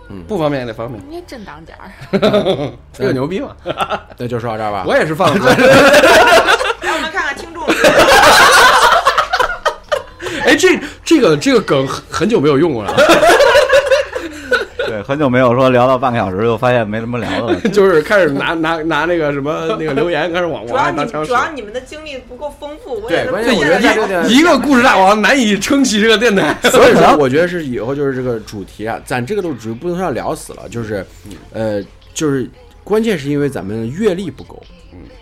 嗯，不方便也得方便，
应该正当点儿。
这个牛逼嘛，
那就说到这儿吧。
*laughs* 我也是放 *laughs* 着。
让我们看看听众，
哎，这这个这个梗很很久没有用过了，
*laughs* 对，很久没有说聊到半个小时，就发现没什么聊的了。
*laughs* 就是开始拿拿拿那个什么那个留言开始往
主
往
要
外
你
当枪
主
使。
要你们的经历不够丰富，我也
对
是
*laughs* 关
不
键
一
我
断
觉
地
得这个
*laughs* 一个故事大王难以撑起这个电台。
*laughs* 所以说，我觉得是以后就是这个主题啊，咱这个都主题不能说聊死了，就是，呃，就是关键是因为咱们阅历不够，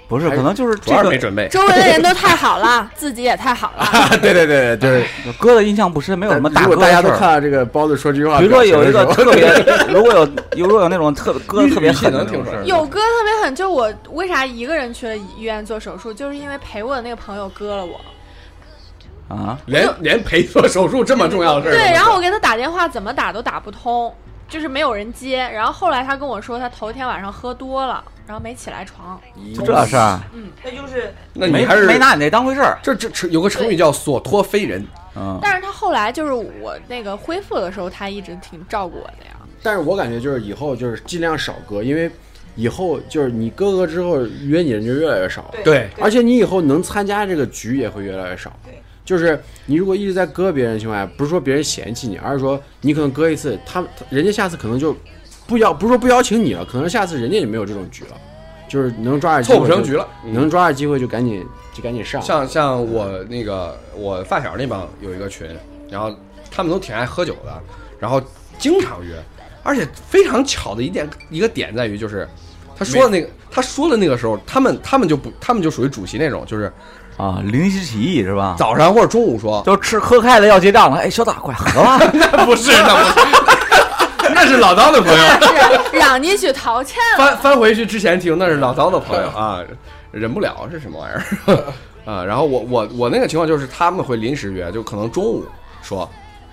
不是，可能就是
*laughs* 主
这
要是
个
没准备。
周围的人都太好
*laughs*
了，自己也太好了。
啊
对对对对，就是
哥的印象不深，没有什么大
如
哥
果
的
大家都
事儿啊
看到这个包子说这句话，
比如说有一个
*laughs* 表情的时候
特别，如果有如果有那
*laughs*
种特别割的特别狠的那种事儿，
有哥特别狠，就我为啥一个人去了医院做手术，就是因为陪我的那个朋友割了我。
啊，
连连陪做手术这么重要的事儿都不
对，
知道，
然后我给他打电话，怎么打都打不通，就是没有人接。然后后来他跟我说，他头一天晚上喝多了，然后没起来床。
就这事儿，啊
那就是
那
没
你还是
没拿你那当回事儿，
这这成有个成语叫所托非人，
嗯，
但是他后来就是我那个恢复的时候，他一直挺照顾我的呀。
*laughs*
但是我感觉就是以后就是尽量少割，因为以后就是你割割之后约你人就越来越少，
对
对
而且你以后能参加这个局也会越来越少
对。
就是你如果一直在割别人的情况下，不是说别人嫌弃你，而是说你可能割一次，他他人家下次可能就不邀，不是说不邀请你了，可能下次人家也没有这种局了。就是能抓着机会
凑不成
就
局了嗯
能抓着机会就赶紧就赶紧上。
像像我那个我发小那帮有一个群，然后他们都挺爱喝酒的，然后经常约，而且非常巧的一点一个点在于就是，他说的那个他说的那个时候，他们他们就不他们就属于主席那种，就是
啊，临时起意是吧？
早上或者中午说，
就吃喝开了要结账了，哎，小大快
*laughs*
喝吧，
那不是那不 *laughs* 是，那是老刀的朋友，
是嚷你去道歉了。
*laughs* 翻翻回去之前听，那是老刀的 *laughs* 朋友啊，忍不了是什么玩意儿 *laughs* 啊？然后我我我那个情况就是他们会临时约，就可能中午说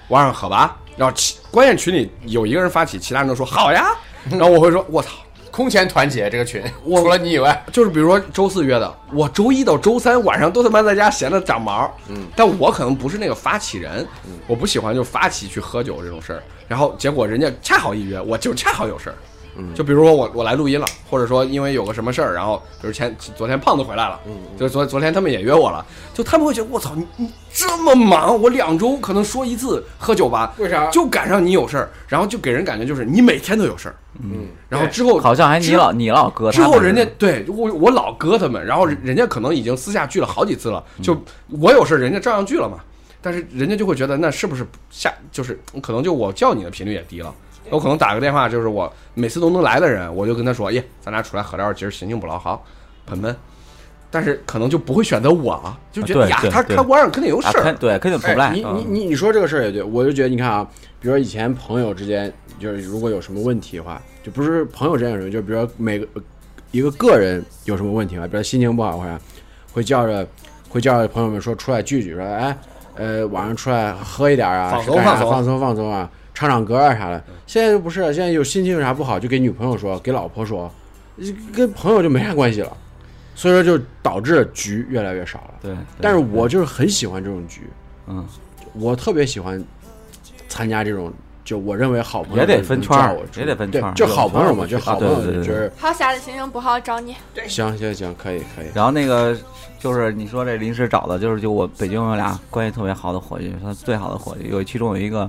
晚上喝吧，然后其关键群里有一个人发起，其他人都说好 *laughs* 呀，然后我会说我操，
空前团结这个群，
*laughs* 我
除了你以外，
就是比如说周四约的，我周一到周三晚上都他妈在家闲得长毛，嗯，但我可能不是那个发起人，我不喜欢就发起去喝酒这种事儿，然后结果人家恰好一约，我就恰好有事儿，嗯，就比如说我我来录音了，或者说因为有个什么事儿，然后比如前昨天胖子回来了，嗯，就昨昨天他们也约我了，就他们会觉得我操你你这么忙，我两周可能说一次喝酒吧，
为啥
就赶上你有事儿，然后就给人感觉就是你每天都有事儿，
嗯，
然后之后
好像还你
之
老你老哥，
之
他啊
后
们
人家对我我老割他们，然后人人家可能已经私下聚了好几次了，就我有事儿人家照样聚了嘛。但是人家就会觉得那是不是下就是可能就我叫你的频率也低了，我可能打个电话就是我每次都能来的人，我就跟他说，耶，咱俩出来喝点儿，今儿心情不老好，喷喷。但是可能就不会选择我了，就觉得
对
呀
对，
他
对
他晚上肯定有
啊
事儿
肯，对肯定出不
哎
来，
哎你你
嗯
你你说这个事儿也对，我就觉得你看啊，比如说以前朋友之间，就是如果有什么问题的话，就不是朋友之间有什么，就比如说每个一个个人有什么问题嘛，比如说心情不好或者会叫着会叫着朋友们说出来聚聚，说哎呃晚上出来喝一点啊，
放松
干啥
放松嗯
放松放松啊，唱唱歌啊啥的。现在就不是了，现在有心情有啥不好就给女朋友说，给老婆说，跟朋友就没啥关系了，所以说就导致局越来越少了。
对，对
但是我就是很喜欢这种局。
嗯，
我特别喜欢参加这种，就我认为好朋友
也得分圈
叫
儿
我，出
也得分
对
圈儿，
就好朋友嘛，就好朋
啊对
友，
对对对
就是
他下次心情不好找你，
行行行，可以可以。
然后那个就是你说这临时找的，就是就我北京有俩关系特别好的伙计，他最好的伙计有其中有一个，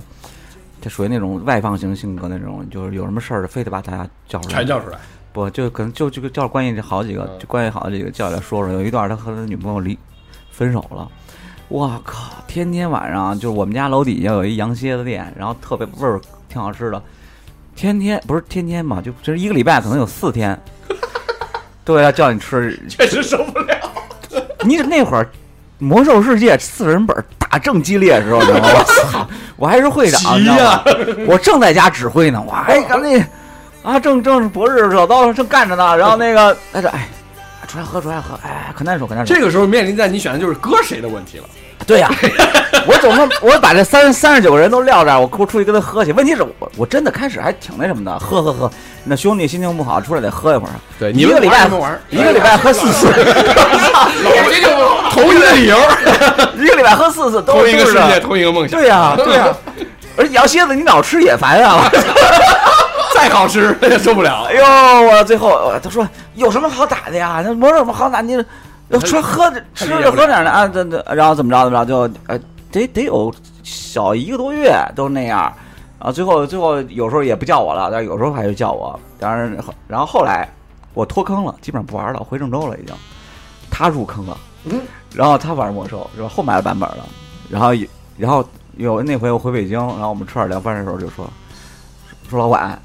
他属于那种外放型性格那种，就是有什么事儿非得把大家叫出来，
全叫出来。
不就可能就就叫关系这好几个，
嗯
就关系好的几个叫来说说。有一段他和他女朋友离分手了，我靠！天天晚上就是我们家楼底下有一羊蝎子店，然后特别味儿挺好吃的，天天不是天天嘛，就就是一个礼拜可能有
*laughs*
四天，对啊，叫你吃
确实受不了。
*laughs* 你那会儿《魔兽世界》四人本打正激烈的时候，你知道吗？我操！我还是会啊长，你知道吗？我正在家指挥呢，我还
哦
赶紧啊，正正是博士老刀正干着呢，
嗯
然后那个他说哎。出来喝，出来喝，哎，可难受，可难受。
这个时候面临在你选的就是割谁的问题了。*laughs*
对呀、我总共我把这三三十九个人都撂这儿，我我出去跟他喝去。问题是我我真的开始还挺那什么的，喝喝喝。那兄弟心情不好，出来得喝一会儿。
对，
一
你
个
们
礼
玩
拜
什么玩意儿？
一个 *laughs* 礼拜喝四次，
老这就
同一个理由，
一个礼拜喝四次，都
同一
是
个
都
世
是的
界，同一个梦想，
对呀、
*laughs*
对呀、而且羊蝎子你老吃也烦啊！ *laughs*
*laughs* 再好吃受不了
哎。呦，我最后我他说有什么好打的呀？那没有什么好打，你要出来喝着吃着喝点呢啊！这这，然后怎么着怎么着就呃得得有小一个多月都那样。然后最后最后有时候也不叫我了，但是有时候还是叫我。当然后，然后后来我脱坑了，基本上不玩了，我回郑州了已经。他入坑了，然后他玩魔兽，然后买了版本了，然后也然后有那回我回北京，然后我们吃点凉饭的时候就说说老板，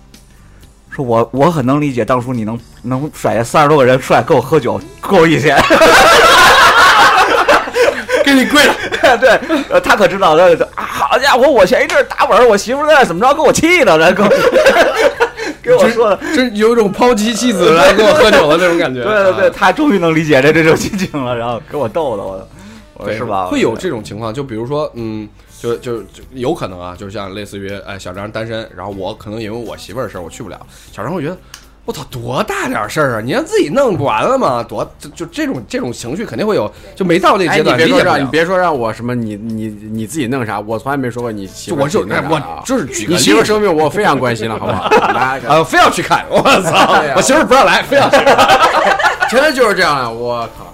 说我我很能理解当初你能能甩下三十多个人出来跟我喝酒，够一些。
给你跪了，
*laughs* 对，呃他可知道，他就啊，好家伙，我前一阵儿打本，我媳妇儿在那儿怎么着，给我气
*laughs*
的，然后给我给我说的，
真有一种抛妻弃子来跟我喝酒的那种感觉。
*laughs* 对对对，
啊
他终于能理解这这种心情了，然后给我逗的，我我说
对
是吧？
会有这种情况，就比如说，嗯，就就就有可能啊，就像类似于，哎，小张单身，然后我可能因为我媳妇儿的事儿我去不了，小张会觉得。我操，多大点事儿啊！你让自己弄不完了吗？多就就这种这种情绪肯定会有，就没到那
哎，
阶
你
段，
别
理
说
解不
让你
了。
别说让我什么你你你自己弄啥，我从来没说过你媳
就
妇儿
我就
自己
哎
弄
我
啥啊
就是举个
你媳妇
例
儿
子
生病，我非常关心了，好 *laughs* 不好？来，
啊，非要去看，我操！
啊
我媳妇儿不让来，非要去。
真的就是这样啊！我靠，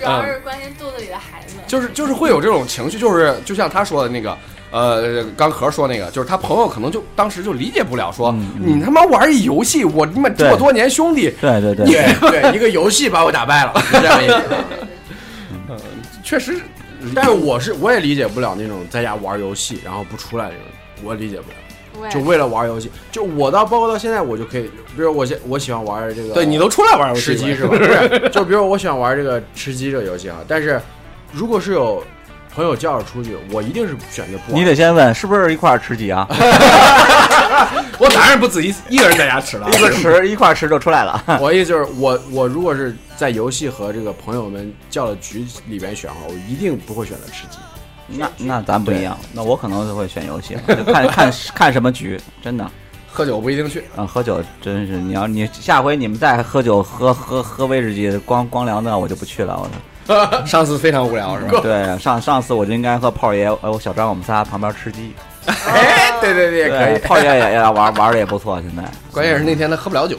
主要是关心肚子里的孩子。
嗯就是就是会有这种情绪，就是就像他说的那个，呃，刚壳说那个，就是他朋友可能就当时就理解不了说，
嗯
你他妈玩一游戏，我他妈这
对
么多年兄弟，
对对对，
对对，一个游戏把我打败了，是这样一个。
确实
*laughs* 但是我是我也理解不了那种在家玩游戏然后不出来的人，我理解不了。
对
就为了玩游戏，就我到包括到现在，我就可以，比如我现我喜欢玩这个，
对你都出来玩游戏
吃
了
鸡是吧？不 *laughs* 是，就比如我喜欢玩这个吃鸡这个游戏啊，但是如果是有朋友叫着出去，我一定是选择不玩。
你得先问是不是一块儿吃鸡
*laughs*
啊？
我当然不自己一个人在家吃了，
一块儿吃一块儿吃就出来了， *laughs*
我意思就是我我如果是在游戏和这个朋友们叫的局里边选的话，我一定不会选择吃鸡。
那那咱不一样，那我可能就会选游戏了，就看看看什么局，真的。
喝酒不一定去。
嗯，喝酒真是，你要你下回你们再喝酒喝喝喝威士忌，光光聊那我就不去了。我操
上次非常无聊是吧？
对，上上次我就应该和炮爷，呃，我小张我们仨旁边吃鸡。
哎，
呃
对对对，也可
对，
以。
炮爷也也玩玩的也不错，现
*laughs*
在。
关键是那天他喝不了酒，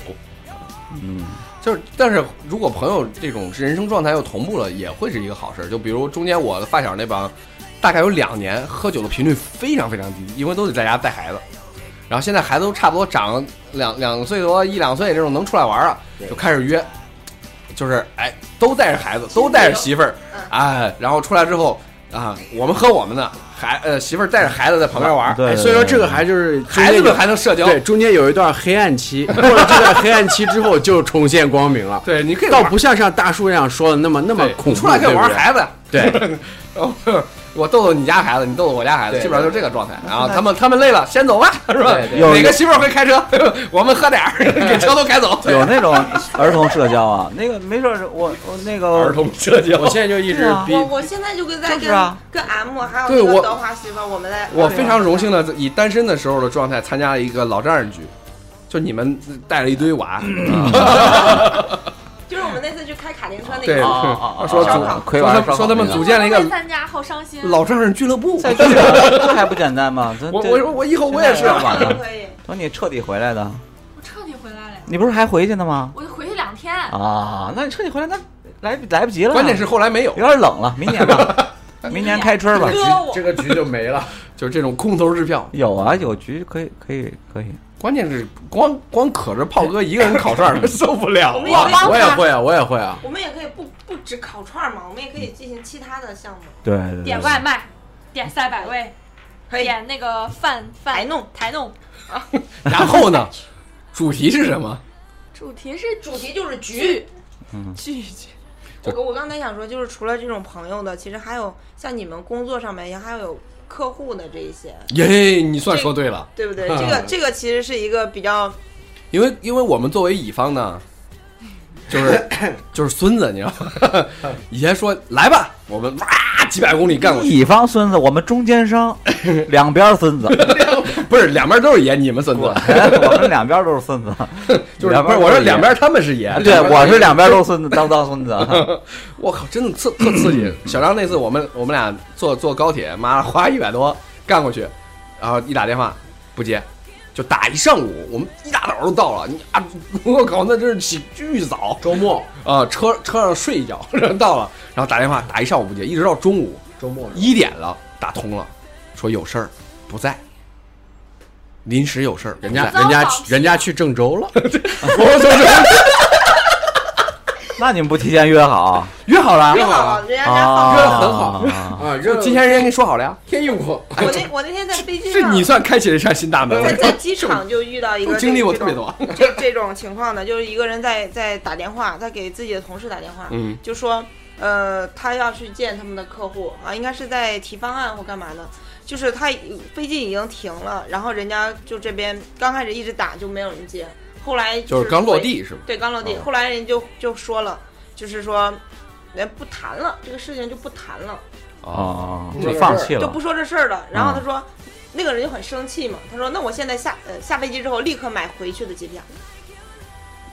嗯，
就是但是如果朋友这种人生状态又同步了，也会是一个好事儿。就比如中间我的发小那帮，大概有两年喝酒的频率非常非常低，因为都得在家带孩子。然后现在孩子都差不多长两两岁多一两岁这种能出来玩儿啊，就开始约，就是哎都带着孩子，都带着媳妇儿，哎，然后出来之后啊，我们喝我们的，孩呃媳妇儿带着孩子在旁边玩儿，
对
哎，所以说这个还就是
孩子们还能社交，
对，中间有一段黑暗期，过了这段黑暗期之后就重现光明了。
对，你可以
倒
玩儿
不像像大叔那样说的那么那么
对
恐怖，
出来可以玩儿孩子。
对不
*laughs*
对，对
哦，我逗逗你家孩子，你逗逗我家孩子，
对
基本上就是这个状态。然后他们他们累了，先走吧，是吧？
对
对
哪个媳妇儿会开车， *laughs* 我们喝点儿，
*laughs*
给车都开走。
有那种儿童社交啊，那个没事儿，我我那个
童社交
我现在就一直
对啊
逼
我我现在就跟在
就是
跟
啊
跟 M 还有
对
那个
我
德华媳妇，我们在
*laughs* 我非常荣幸的以单身的时候的状态参加了一个老丈人局，就你们带了一堆娃，
嗯
啊
*laughs*
就是我们那次去开卡丁车那
对，
哦
哦
个，
*laughs* 说
烧
组
烤
亏
说
玩
他们
烧烤
说他们
那个
组建了一个
会参加好伤心。
老丈人俱乐部。
在这个这还不简单吗？这
*laughs* 我
这
我我以后我也是
真的玩
可以
的。
可以。
等你彻底回来的，
我彻底回来了，
你不是还回去呢吗？
我就回去两天。
啊，那你彻底回来，那来来不及了。
关键是后来没有，
有点冷了，明年
*laughs*
吧，明年开春
哎
吧。
哥，我
这个局就没了。
就是这种空头支票。
有啊，有局可以，可以，可以。
关键是光光可着炮哥一个人烤串
*laughs*
儿受不了
我们也
啊！
可以
我也会啊，我也会啊。
我们也可以不不止烤串儿嘛，我们也可以进行其他的项目。
对对
点外卖，点赛百味，
可以，
点那个饭饭
台哎弄
台弄。
*laughs* 然后呢，主题是什么？
主题是
主题就是局。
嗯
拒绝。
我我刚才想说，就是除了这种朋友的，其实还有像你们工作上面也还有客户的这一些，
耶，你算说对了，
对不对？这个这个其实是一个比较
因为因为我们作为乙方呢，就是就是孙子，你知道吗？ *laughs* 以前说来吧，我们哇几百公里干过去，
乙方孙子，我们中间商，
*laughs*
两边孙子，
不是两边都是爷，你们孙子，
哎 *laughs* 我们两边都
*laughs*
是孙子。
就是
两
不是
边都是爷
我说两边他们是爷，
对，
边
我是两边都是孙子，当当孙子。
*laughs* 我靠，真的刺特刺激。小张那次我们我们俩坐坐高铁，妈花一百多干过去，然后一打电话不接，就打一上午，我们一大早就到了。你啊，我靠，那真是起巨早
周末，
啊、车车上睡一觉，然后到了，然后打电话打一上午不接，一直到中午
周末
一点了打通了，说有事儿不在。临时有事儿，
人家
糟
人家
老
去人家去郑州了，
那你们不提前约好？
约好了，
约好
啊，
了，人家家
啊，
约
放
得很好
啊。
啊，热
今天人家跟你说好了呀，
天佑
*laughs*
我，
我那我那天在飞机
这
上，
你算开启了一扇新大门。
在在机场就遇到一
我
个
经历
这
过特别。啊
这种
多，
这这种情况呢，就是一个人在在打电话，在给自己的同事打电话，
嗯，
就说呃，他要去见他们的客户啊，应该是在提方案或干嘛呢？就是他已飞机已经停了，然后人家就这边刚开始一直打就没有人接，后来
就是刚落，地是吗？
对，刚落地，
哦
后来人就就说了，就是说。哎不谈了，这个事情就不谈了，
哦，就放弃
就
了
不说这事儿了。然
嗯
后他说，那个人就很生气嘛，他说：“那我现在下呃下飞机之后立刻买回去的机票。”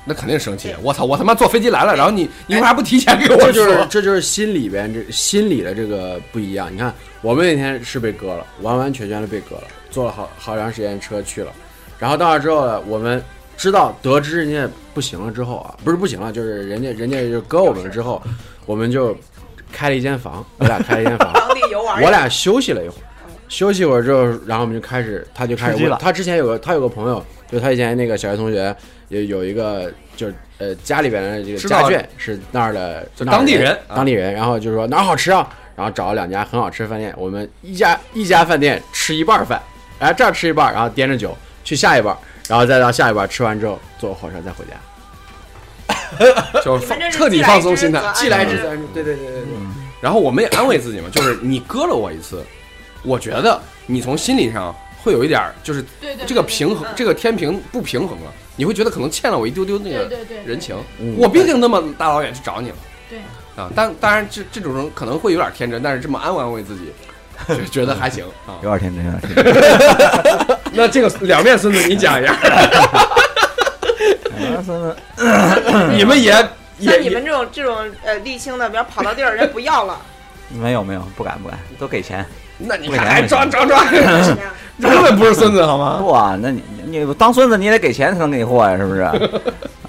那肯定生气。我操，我他妈坐飞机来了，然后你你为啥不提前给我说？
这就是这就是心里边这心里的这个不一样。你看，我们那天是被割了，完完全全的被割了，坐了好好长时间车去了，然后到那之后呢，我们知道得知人家不行了之后啊，不是不行了，就是人家人家就割我们了之后，我们就开了一间房，我俩开了一间房，
当地游玩。
我俩休息了一会儿，休息一会儿之后，然后我们就开始，他就开
吃鸡
始
了
他之前有个他有个朋友，就他以前那个小学同学，有有一个就是呃家里边的这个
知道
家眷是那儿的，
就
那儿
当地人
人，
啊
当地人，然后就说哪儿好吃啊，然后找了两家很好吃的饭店，我们一家一家饭店吃一半儿饭，哎这儿吃一半儿，然后掂着酒去下一半儿，然后再到下一半儿吃完之后坐火车再回家，
就是
你们
放
这是
彻底
既来
放松
之
心态
则，安
既来之
嗯
之
则安之。对对对对对。然后我们也安慰自己嘛，就是你割了我一次，我觉得你从心理上会有一点儿，就是
对对，
这个
对
平衡，这个天平不平衡了，你会觉得可能欠了我一丢丢那
对
个
对对，
人情。
嗯
我毕竟那么大老远去找你了。
对。
啊，但当然这这种人可能会有点天真，但是这么安慰安慰自己，就觉得还行啊。
有点天真，有点天真。
那这个两面孙子，你讲一下，
哎孙
*laughs* 你们也
像
也
你们这种这种呃沥青的，比方跑到地儿人不要
*laughs*
了，
没有没有，不敢不敢，都给钱。
那你
为啥
看，哎
呢
装装装，
为 *laughs* 什么呀
你根本不是孙子好吗？
不啊，那你你当孙子你也得给钱才能给你货呀，
*laughs*
是不是？啊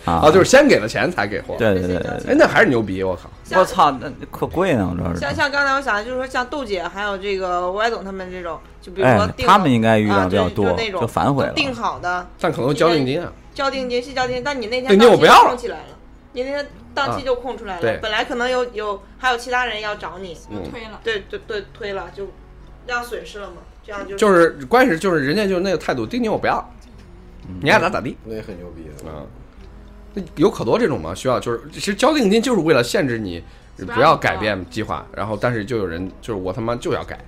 啊，就是先给了钱才给货。，
对对对对
哎，那还是牛逼，我靠！
对，我操，那可贵呢，我这
像
是。
像刚才我想的就是说，像豆姐还有这个歪总他们这种，就比如
哎
说，定
他们应该遇到比较
啊
多，
就就那种
就反悔了。
定好的
但可能交定金啊，
交定金是交定金，但你那天
定金我
档期
不要
就
了
空起来了，你那天档期就空出来
啊
了
对，
本来可能有有还有其他人要找你，
嗯，
推了，
对对对，推了就让损失了嘛，这样就
就是关键是就是人家就是那个态度，定金我不要，你爱咋咋地
那也很牛逼，
啊。那有可多这种嘛，需要就是其实交定金就是为了限制你不要改变计划，然后但是就有人就是我他妈就要改，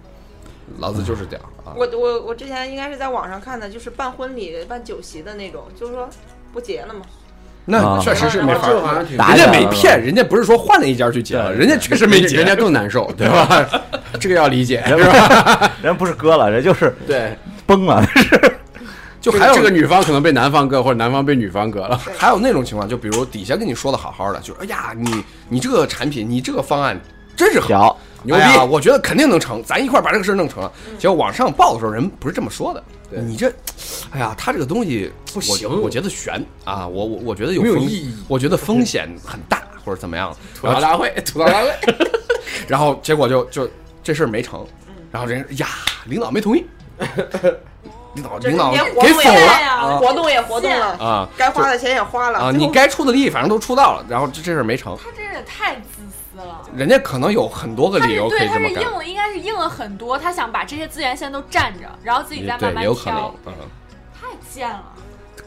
老子就是屌啊！
我我我之前应该是在网上看的，就是办婚礼、办酒席的那种，就是说不结了嘛。
那
啊
确实是没法
这个好像挺
儿，人家没骗，人家不是说换了一家去结了，
对
人家确实没结，
人家更难受，对吧？这个要理解，
人
是吧？
人不是割了，人就是
对。
崩了。 *laughs*
就
这
还有
这个女方可能被男方割，或者男方被女方割了。
还有那种情况，就比如底下跟你说的好好的，就是哎呀，你你这个产品，你这个方案真是好，
屌，
牛
哎
逼、我觉得肯定能成，咱一块儿把这个事儿弄成了。
嗯
结果往上报的时候，人不是这么说的。
对
你这，哎呀，他这个东西不
行
我觉得悬啊，我我我觉得有
没有
风
意义
我觉得风险很大或者怎么样，
*laughs* 吐
然
槽
后 *laughs*
大会，吐槽大会，嗯
然后结果就就这事儿没成，然后人家呀，领导
*laughs*
没同意，领导领导
连活
给
动
否
也
了
哎
办呀，活动也活动了，
啊
该花的钱也花了
啊，
最
你
后
该出的力反正都出到了，然后这这事儿没成。
他真是太自私了。
人家可能有很多个
他
理
是
由可
对，
以
他
这
是
么
硬
干，
了，应该是硬了很多。他想把这些资源先都占着，然后自己再慢
对，也
慢
有可能
挑。，
嗯，
太贱了，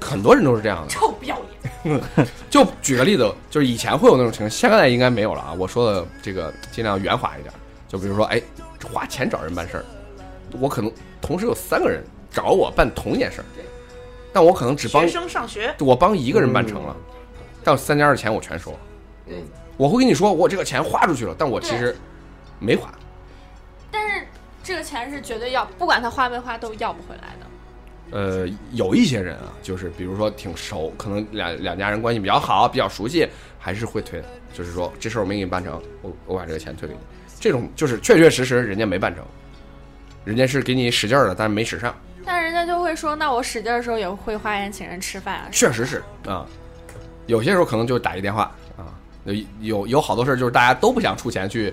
很多人都是这样的。
臭不要脸！
就举个例子，就是以前会有那种情况，现在应该没有了啊。我说的这个尽量圆滑一点，就比如说，哎，花钱找人办事儿，我可能同时有三个人找我办同一件事儿，但我可能只帮
学生上学，
我帮一个人办成了，但三加二钱我全收了。
嗯对，
我会跟你说，我这个钱花出去了，但我其实没花。
但是这个钱是绝对要，不管他花没花都要不回来的。
呃，有一些人啊，就是比如说挺熟，可能两两家人关系比较好，比较熟悉，还是会推的。就是说这事儿我没给你办成，我我把这个钱退给你。这种就是确确实实人家没办成，人家是给你使劲儿了，但是没使上，
但人家就会说，那我使劲儿的时候也会花钱请人吃饭啊。
确实是啊。有些时候可能就打一电话啊，有有有好多事儿就是大家都不想出钱去。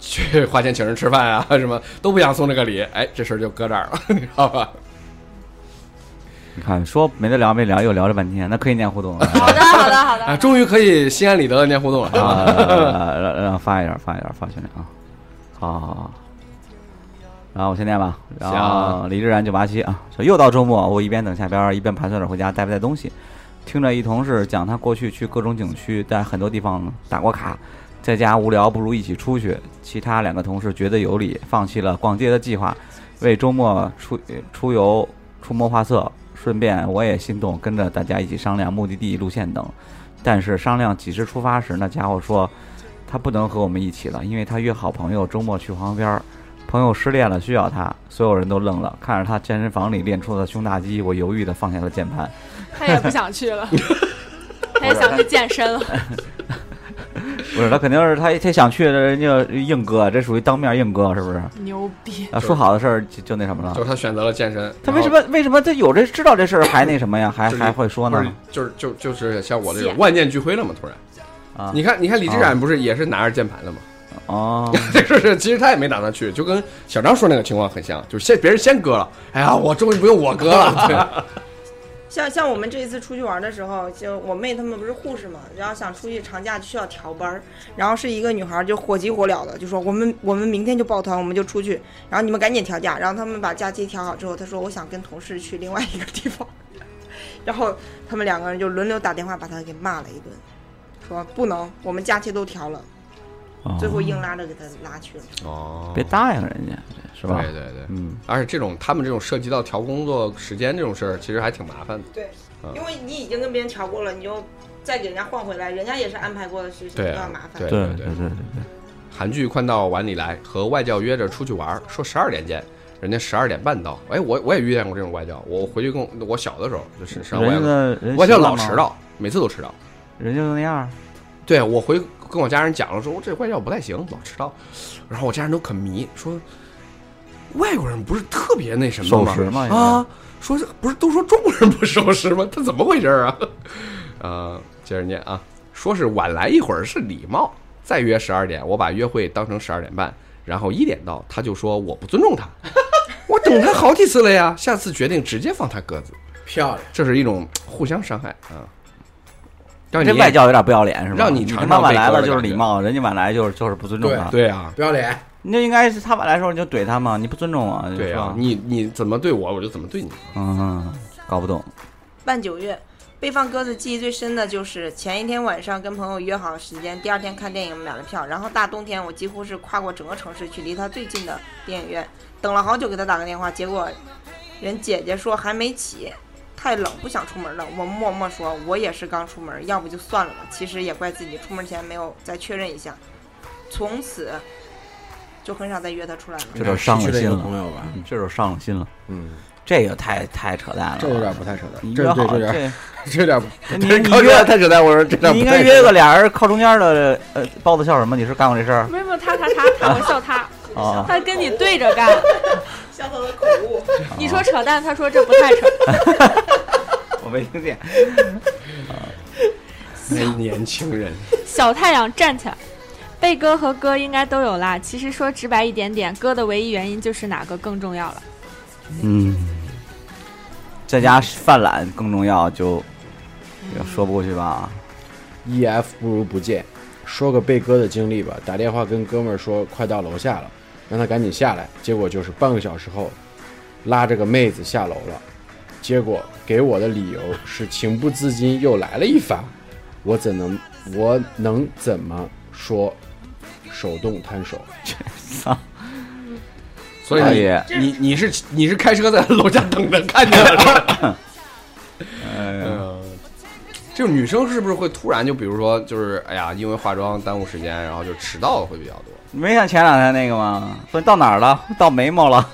去花钱请人吃饭 *laughs* 啊，什么都不想送这个礼，哎，这事儿就搁这儿了，你知道吧？
你看，说没得聊没聊，又聊了半天，那可以念互动了。
好的，好的，好
啊，
的。
终于可以心安理得的念互动
*laughs*
了。
啊，让让发一点，发一点，发群里啊。好好好好。然后我先念吧，然后李志然九八七啊，说又到周末，我一边等下班，一边盘算着回家带不带东西。听着一同事讲他过去去各种景区，在很多地方打过卡，在家无聊不如一起出去。其他两个同事觉得有理，放弃了逛街的计划，为周末出呃出游出谋划策。顺便我也心动，跟着大家一起商量目的地、路线等。但是商量几时出发时，那家伙说他不能和我们一起了，因为他约好朋友周末去黄边儿，朋友失恋了需要他，所有人都愣了，看着他健身房里练出的胸大肌，我犹豫的放下了键盘。
他也不想去了，他也想去健身了。
不是，他肯定是他他想去，人家硬哥，这属于当面硬哥，是不是？
牛逼！
啊，说好的事儿就就那什么
就是
了。
他选择了健身，
他为什么为什么他有这知道这事儿还那什么呀？还还会说
不
呢
是？，就是就就是像我这
谢
种万念俱灰了嘛，突然。
啊，
你看，你看李志远不是也是拿着键盘的吗？ *laughs*
哦，
这事是其实他也没打算去，就跟小张说那个情况很像，就是先别人先割了，哎呀，我终于不用我割
*laughs*
了。对，
像像我们这一次出去玩的时候，就我妹她们不是护士嘛，然后想出去长假需要调班儿，然后是一个女孩儿就火急火燎的就说我们我们明天就抱团，我们就出去，然后你们赶紧调假，然后他们把假期调好之后，她说我想跟同事去另外一个地方， *laughs* 然后他们两个人就轮流打电话把她给骂了一顿，说不能，我们假期都调了，
哦
最后硬拉着给她拉去了，
哦
别答应人家，是吧
对？对对，
嗯，
而且这种他们这种涉及到调工作时间这种事儿，其实还挺麻烦的。
对
嗯，
因为你已经跟别人调过了，你就再给人家换回来，人家也是安排过的事情，
对
比
啊
较麻烦。
对
对
对
对对对，
韩剧快到碗里来，和外教约着出去玩儿，说十二点见，人家十二点半到。哎，我我也遇见过这种外教，我回去跟我我小的时候就是上外教，
人家人
外
家
教老迟，到，每次都迟到。
人家就那样儿。
对我回跟我家人讲了，说这外教不太行，老迟到。然后我家人都可迷，说外国人不是特别那什么
守时
吗？
嘛
啊，说这不是都说中国人不守时吗？他怎么回事啊？ *laughs* 呃，接着念啊，说是晚来一会儿是礼貌，再约十二点，我把约会当成十二点半，然后一点到，他就说我不尊重他， *laughs* 我等他好几次了呀，下次决定直接放他鸽子，
漂亮，
这是一种互相伤害啊。让你
这外教有点不要脸是吧？
让你
你
尝
他妈
尝
晚
被
来
割
了
的
就是
感
礼
觉
貌，人家晚来就是就是不尊重他。
对啊，
不要脸，
你就应该是他晚来的时候你就怼他嘛，你不尊重我。
对
呀、
啊，你你怎么对我，我就怎么对你。
嗯，嗯，搞不懂。
半九月，被放鸽子记忆最深的就是前一天晚上跟朋友约好时间，第二天看电影买了票，然后大冬天我几乎是跨过整个城市去离他最近的电影院，等了好久给他打个电话，结果人姐姐说还没起。太冷，不想出门了。我默默说，我也是刚出门，要不就算了吧。其实也怪自己，出门前没有再确认一下。从此就很少再约他出来了。
这就伤了
失去
心
一个
了
朋友吧，
嗯这就伤了心了，
嗯，
这个太太扯淡了。
这有点不太扯淡，
你
这
约好
对这有点
这，
这有点
你
这
你
靠这
约
太扯淡，我说这有
你
点
应
不
该
太
约
扯
个俩人靠中间的，呃，包子笑什么？你是干过这
*laughs*
事儿
没有没有，他他他他，我笑他，
啊？
他跟你对着干。
笑他的口误。
你说扯淡，他说这不太扯。
我没听见。
年轻人，
小太阳站起来，贝哥和哥应该都有啦。其实说直白一点点，哥的唯一原因就是哪个更重要了。
嗯，在家犯懒更重要，就说不过去吧。 *laughs*
e f 不如不见。
说个被割的经历吧，打电话跟哥们儿说快到楼下了，让他赶紧下来。结果就是半个小时后，拉着个妹子下楼了，结果给我的理由是情不自禁又来了一发，我怎能我能怎么说？手动摊手，
所以
大
你
爷
你你是你是开车在楼下等着看见了。 *laughs* 嗯，这种女生是不是会突然就比如说就是哎呀，因为化妆耽误时间，然后就迟到的会比较多？
你没像前两天那个吗？说你到哪儿了？到眉毛了。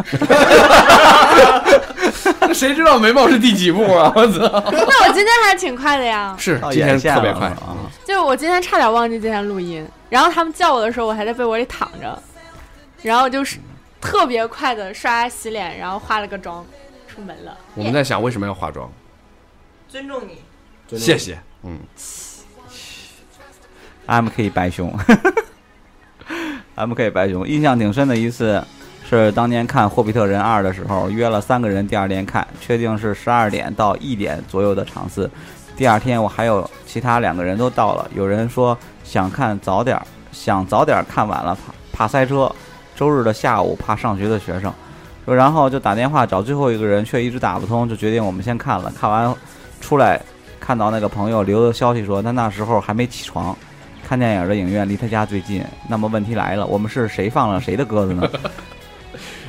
那 *laughs* 谁知道眉毛是第几步啊？我操！
那我今天还挺快的呀，
*laughs* 是
到
今
眼
天
线
特别
了
快，
啊！
就是我今天差点忘记今天录音，然后他们叫我的时候，我还在被窝里躺着，然后就是特别快的刷牙洗脸，然后化了个妆，出门了。
我们在想为什么要化妆？
尊重你，
谢谢。嗯，
M K 白熊，M K 白熊印象挺深的一次，是当年看《霍比特人二》的时候，约了三个人第二天看，确定是十二点到一点左右的场次。第二天我还有其他两个人都到了，有人说想看早点儿，想早点儿看晚了怕怕塞车，周日的下午怕上学的学生，说然后就打电话找最后一个人，却一直打不通，就决定我们先看了，看完出来看到那个朋友留的消息说他那时候还没起床。看电影的影院离他家最近，那么问题来了，我们是谁放了谁的鸽子呢？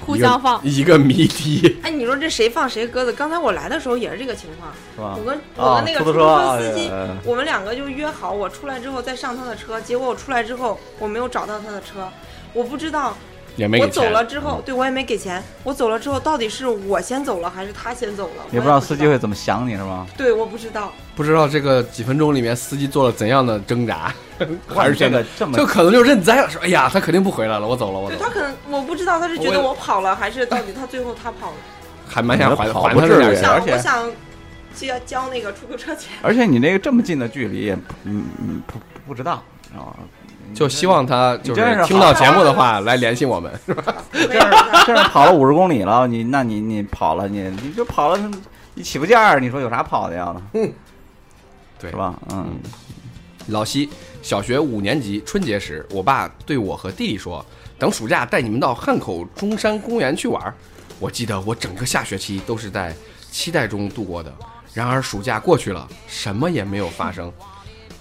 互相放。
一个谜题，
哎，你说这谁放谁鸽子？刚才我来的时候也是这个情况，
是吧
我？跟我
啊，
跟那个
出
出
租
租
车啊
车司机，
哎哎哎
我们两个就约好，我出来之后再上他的车。结果我出来之后，我没有找到他的车，我不知道
也没
我
给
走
钱。
了之
嗯
后，对我也没给钱。我走了之后，到底是我先走了还是他先走了？
也不
我
知道司机
道
会怎么想你是吗？
对，我不知道。
不知道这个几分钟里面司机做了怎样的挣扎，还是
这
这
个
个，
这么
就可能就认栽了，说哎呀，他肯定不回来了，我走了，我
对
走
他
了，
可能我不知道他是觉得
我也
我跑了，还是到底他最后他跑了。
还蛮想还
跑
还
不
他
至
这点
于
钱。
想
而且
我想交交那个出租
*laughs*
车钱。
而且你那个这么近的距离，也不嗯嗯不不知道，啊，
就希望他就
你真是
是听到节目的话来联系我们。
没有他
这是跑了五十公里了，你那你你跑了，你你就跑了，你起步价儿，你说有啥跑的呀？
对
是吧？嗯，
老西，小学五年级春节时，我爸对我和弟弟说：“等暑假带你们到汉口中山公园去玩。”我记得我整个下学期都是在期待中度过的。然而暑假过去了，什么也没有发生。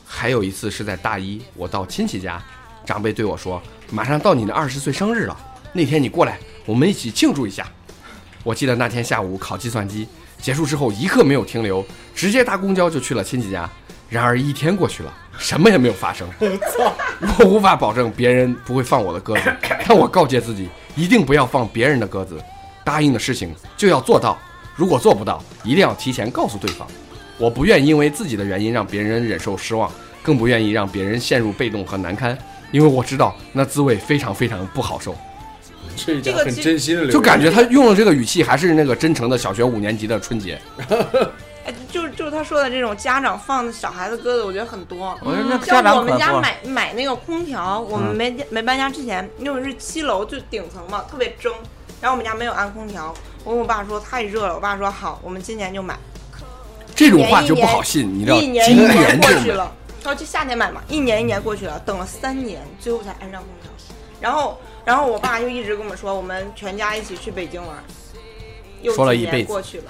还有一次是在大一，我到亲戚家，长辈对我说：“马上到你的二十岁生日了，那天你过来，我们一起庆祝一下。”我记得那天下午考计算机结束之后，一刻没有停留，直接搭公交就去了亲戚家。然而一天过去了，什么也没有发
*laughs*
生。我无法保证别人不会放我的鸽
*laughs*
子，但我告诫自己，一定不要放别人的鸽子。答应的事情就要做到，如果做不到，一定要提前告诉对方。我不愿因为自己的原因让别人忍受失望，更不愿意让别人陷入被动和难堪，因为我知道那滋味非常非常不好受。
这
这
家
个
很
其
真心的留言，
就感觉他用了这个语气，还是那个真诚的小学五年级的春节。
哎，就是就是他说的这种家长放小孩子鸽子，我觉得很多。
我说那家
像我
长可
们家
不，
买买那个空调，我们
嗯
没没搬家之前，因为是七楼就顶层嘛，特别蒸。然后我们家没有安空调，我跟我爸说太热了，我爸说好，我们今年就买。
这种话就不好信，你知道？
一年
今
一
年
年过
就
去了，然后就夏天买嘛，一年一年过去了，等了三年，最后才安上空调。然后，然后我爸就一直跟我说，我们全家一起去北京玩。又
说了
几
一
年
辈子
过去了，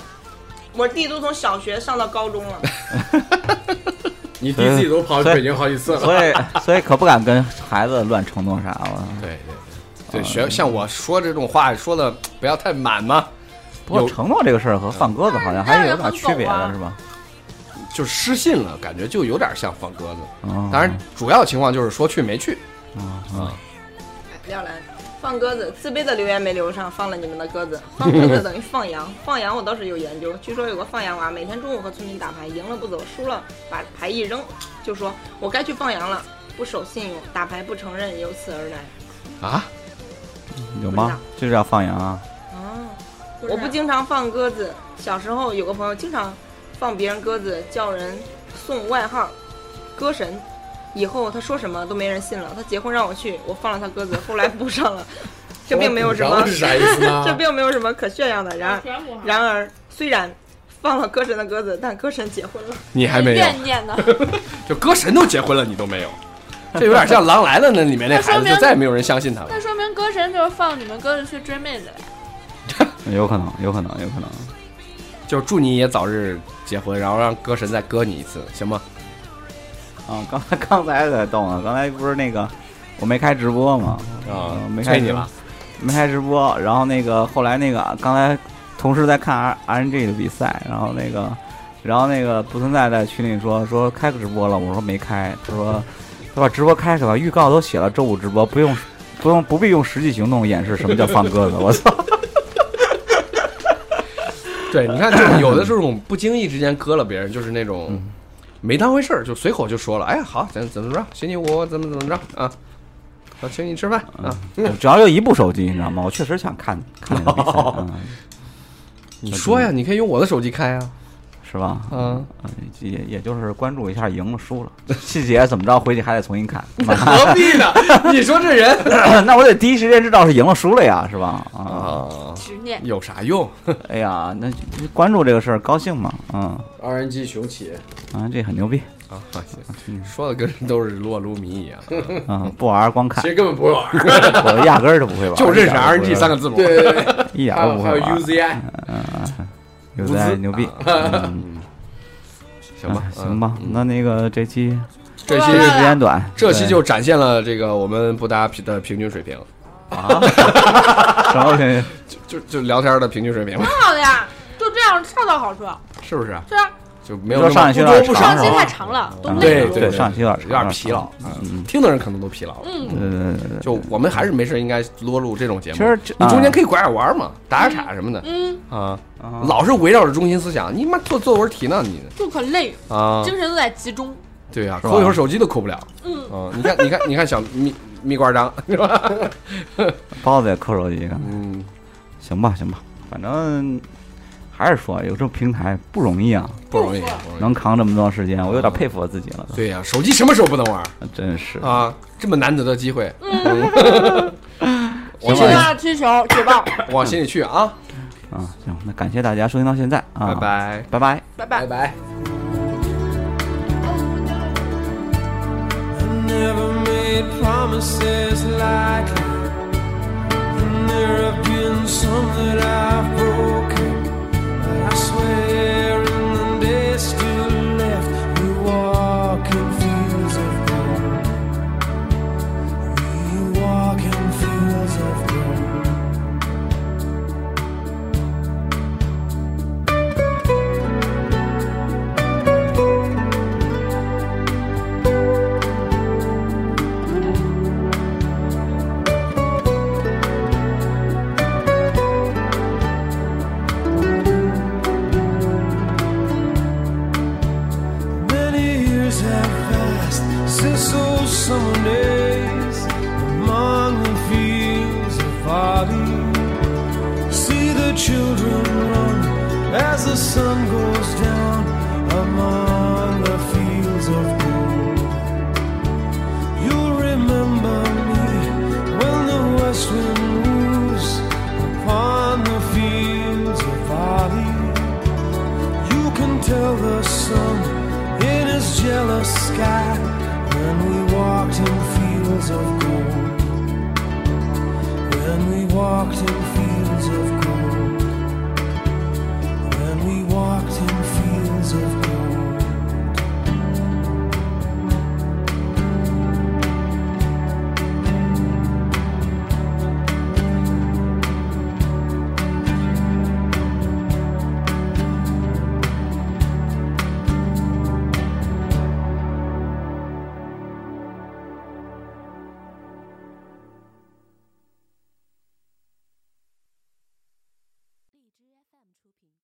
我弟都从小学上到高中了。
你弟自己都跑去北京好几次
嗯
了。
*laughs* 所以所以可不敢跟孩子乱承诺啥了。
对啊对对，对学像我说这种话说的不要太满嘛，
不过
有
承诺这个事儿和放鸽子好像还是有点区别
那人
的，
很
是吧？
就失信了，感觉就有点像放鸽子。
嗯，
当然，主要情况就是说去没去。
啊
廖兰，放鸽子，自卑的留言没留上，放了你们的鸽子。放鸽子等于放羊，放羊我倒是有研究。据说有个放羊娃，每天中午和村民打牌，赢了不走，输了把牌一扔，就说我该去放羊了，不守信用，打牌不承认，由此而来。
啊，嗯
有吗？就是要放羊啊，
哦，我不经常放鸽子。小时候有个朋友经常放别人鸽子，叫人送外号“鸽神”。以后他说什么都没人信了。他结婚让我去，我放了他鸽子，后来补上
*laughs*
了。这并没有什么
然后，是啥意思
*laughs*
呢？
这并没有什么可炫耀的。然而，然而虽然放了鸽神的鸽子，但鸽神结婚了。
你还没有，
怨念呢，
*laughs*
就歌神都结婚了，你都没有，这有点像《狼来了》那里面那孩子，就再也没有人相信他了
*laughs*
那。说明歌神就是放你们鸽子去追妹子了。
有可能，有可能，有可能。
就祝你也早日结婚，然后让歌神再割你一次，行吗？
啊，刚 *laughs* 才刚才在动啊，刚才不是那个我没开直播嘛，
啊
呃，没开
催
直
你
播
了，
没开直播，然后那个后来那个刚才同时在看 R R N G 的比赛，然后那个然后那个不存在在群里说说开个直播了，我说没开，他说他把直播开开吧，预告都写了周五直播，不用不用不必用实际行动演示什么叫放鸽子，我操！ *laughs*
对，你看，就是有的这种不经意之间割了别人，就是那种
嗯
没当回事儿，就随口就说了，哎呀，好，咱怎么着，请你我怎么怎么着啊，我请你吃饭啊。
只要有一部手机，你知道吗？我确实想看看那个比赛，嗯
你说呀，你可以用我的手机开啊。
是吧？
嗯，
呃也也就是关注一下赢了输了， *laughs* 细节怎么着回去还得重新看。 *laughs*
何必呢？ *laughs* 你说这人
那 *coughs* 我得第一时间知道是赢了输了呀，是吧？啊，
啊，
执念
有啥用？
哎呀，那就关注这个事儿高兴嘛，嗯
，RNG 雄
*laughs*
起，
啊，这很牛逼
啊，
嗯
行，说的跟人都是撸啊撸迷一样， *laughs*
啊，不玩儿光看
其，实根本不会玩，
我压根儿就不会玩儿，
就认识
一点儿都不
RNG
会
三个字母。
对
*laughs*
对对，
一点
还
儿都
有
不
还
会
有
玩儿，
UZI，
有在牛
*laughs*
逼，嗯，
行吧嗯
啊，行吧，那那个这期
这
这期
期
时间短，
这期
对
就展现了这个我们不搭平的平均水平，
啊 *laughs* 然后这
就就聊天的平均水平，
挺好的呀，就这样恰到好处。
是不是？
是啊，
就 *laughs* 没有
说
那
上一
么
期有点
不多不
长
上
是
期
吧
太长了，都
嗯
对
累
哦对
了。
对
上期有点
有
长
点疲劳，
嗯，
听的人可能都疲劳了。
嗯，
*laughs*
呃，
就我们还是没事应该多录这种节目。
其实这
你中
啊
间可以拐点弯嘛，打打岔什么的
嗯，
啊，
啊
老是围绕着中心思想，你妈做作文题呢你
就可累，
啊，
精神都在集中。
对呀，
是吧
抠一会儿手机都抠不了。
嗯
啊，你看你看你看小蜜蜜瓜张是吧？
包子也扣手机，
嗯，
行吧，行吧，反正还是说有这平台不容易啊，
不容易，
不
不
错
容易
能扛这么长时间，我有点佩服我自己了，
对呀，手机什么时候不能玩
真是。
啊？这么难得的机会，
嗯我
嗯 *laughs* 行吧
那踢球，举报，
往心里去啊！
啊，行，那感谢大家收听到现在啊，
拜，拜。
拜拜。
拜拜
拜。拜。
I never made promises like that. And there have been some that I've broken. But I swear in the days still left, we walk in fields of gold. We walk in fields of gold. Many years have passed since those summer days among the fields of Bobby. See the children run as the sun goes down among the fields of gold. You'll remember me when the west wind moves upon the fields of Bobby. You can tell the sun in his jealous sky when we walked in fields of gold. When we walked in fields of gold.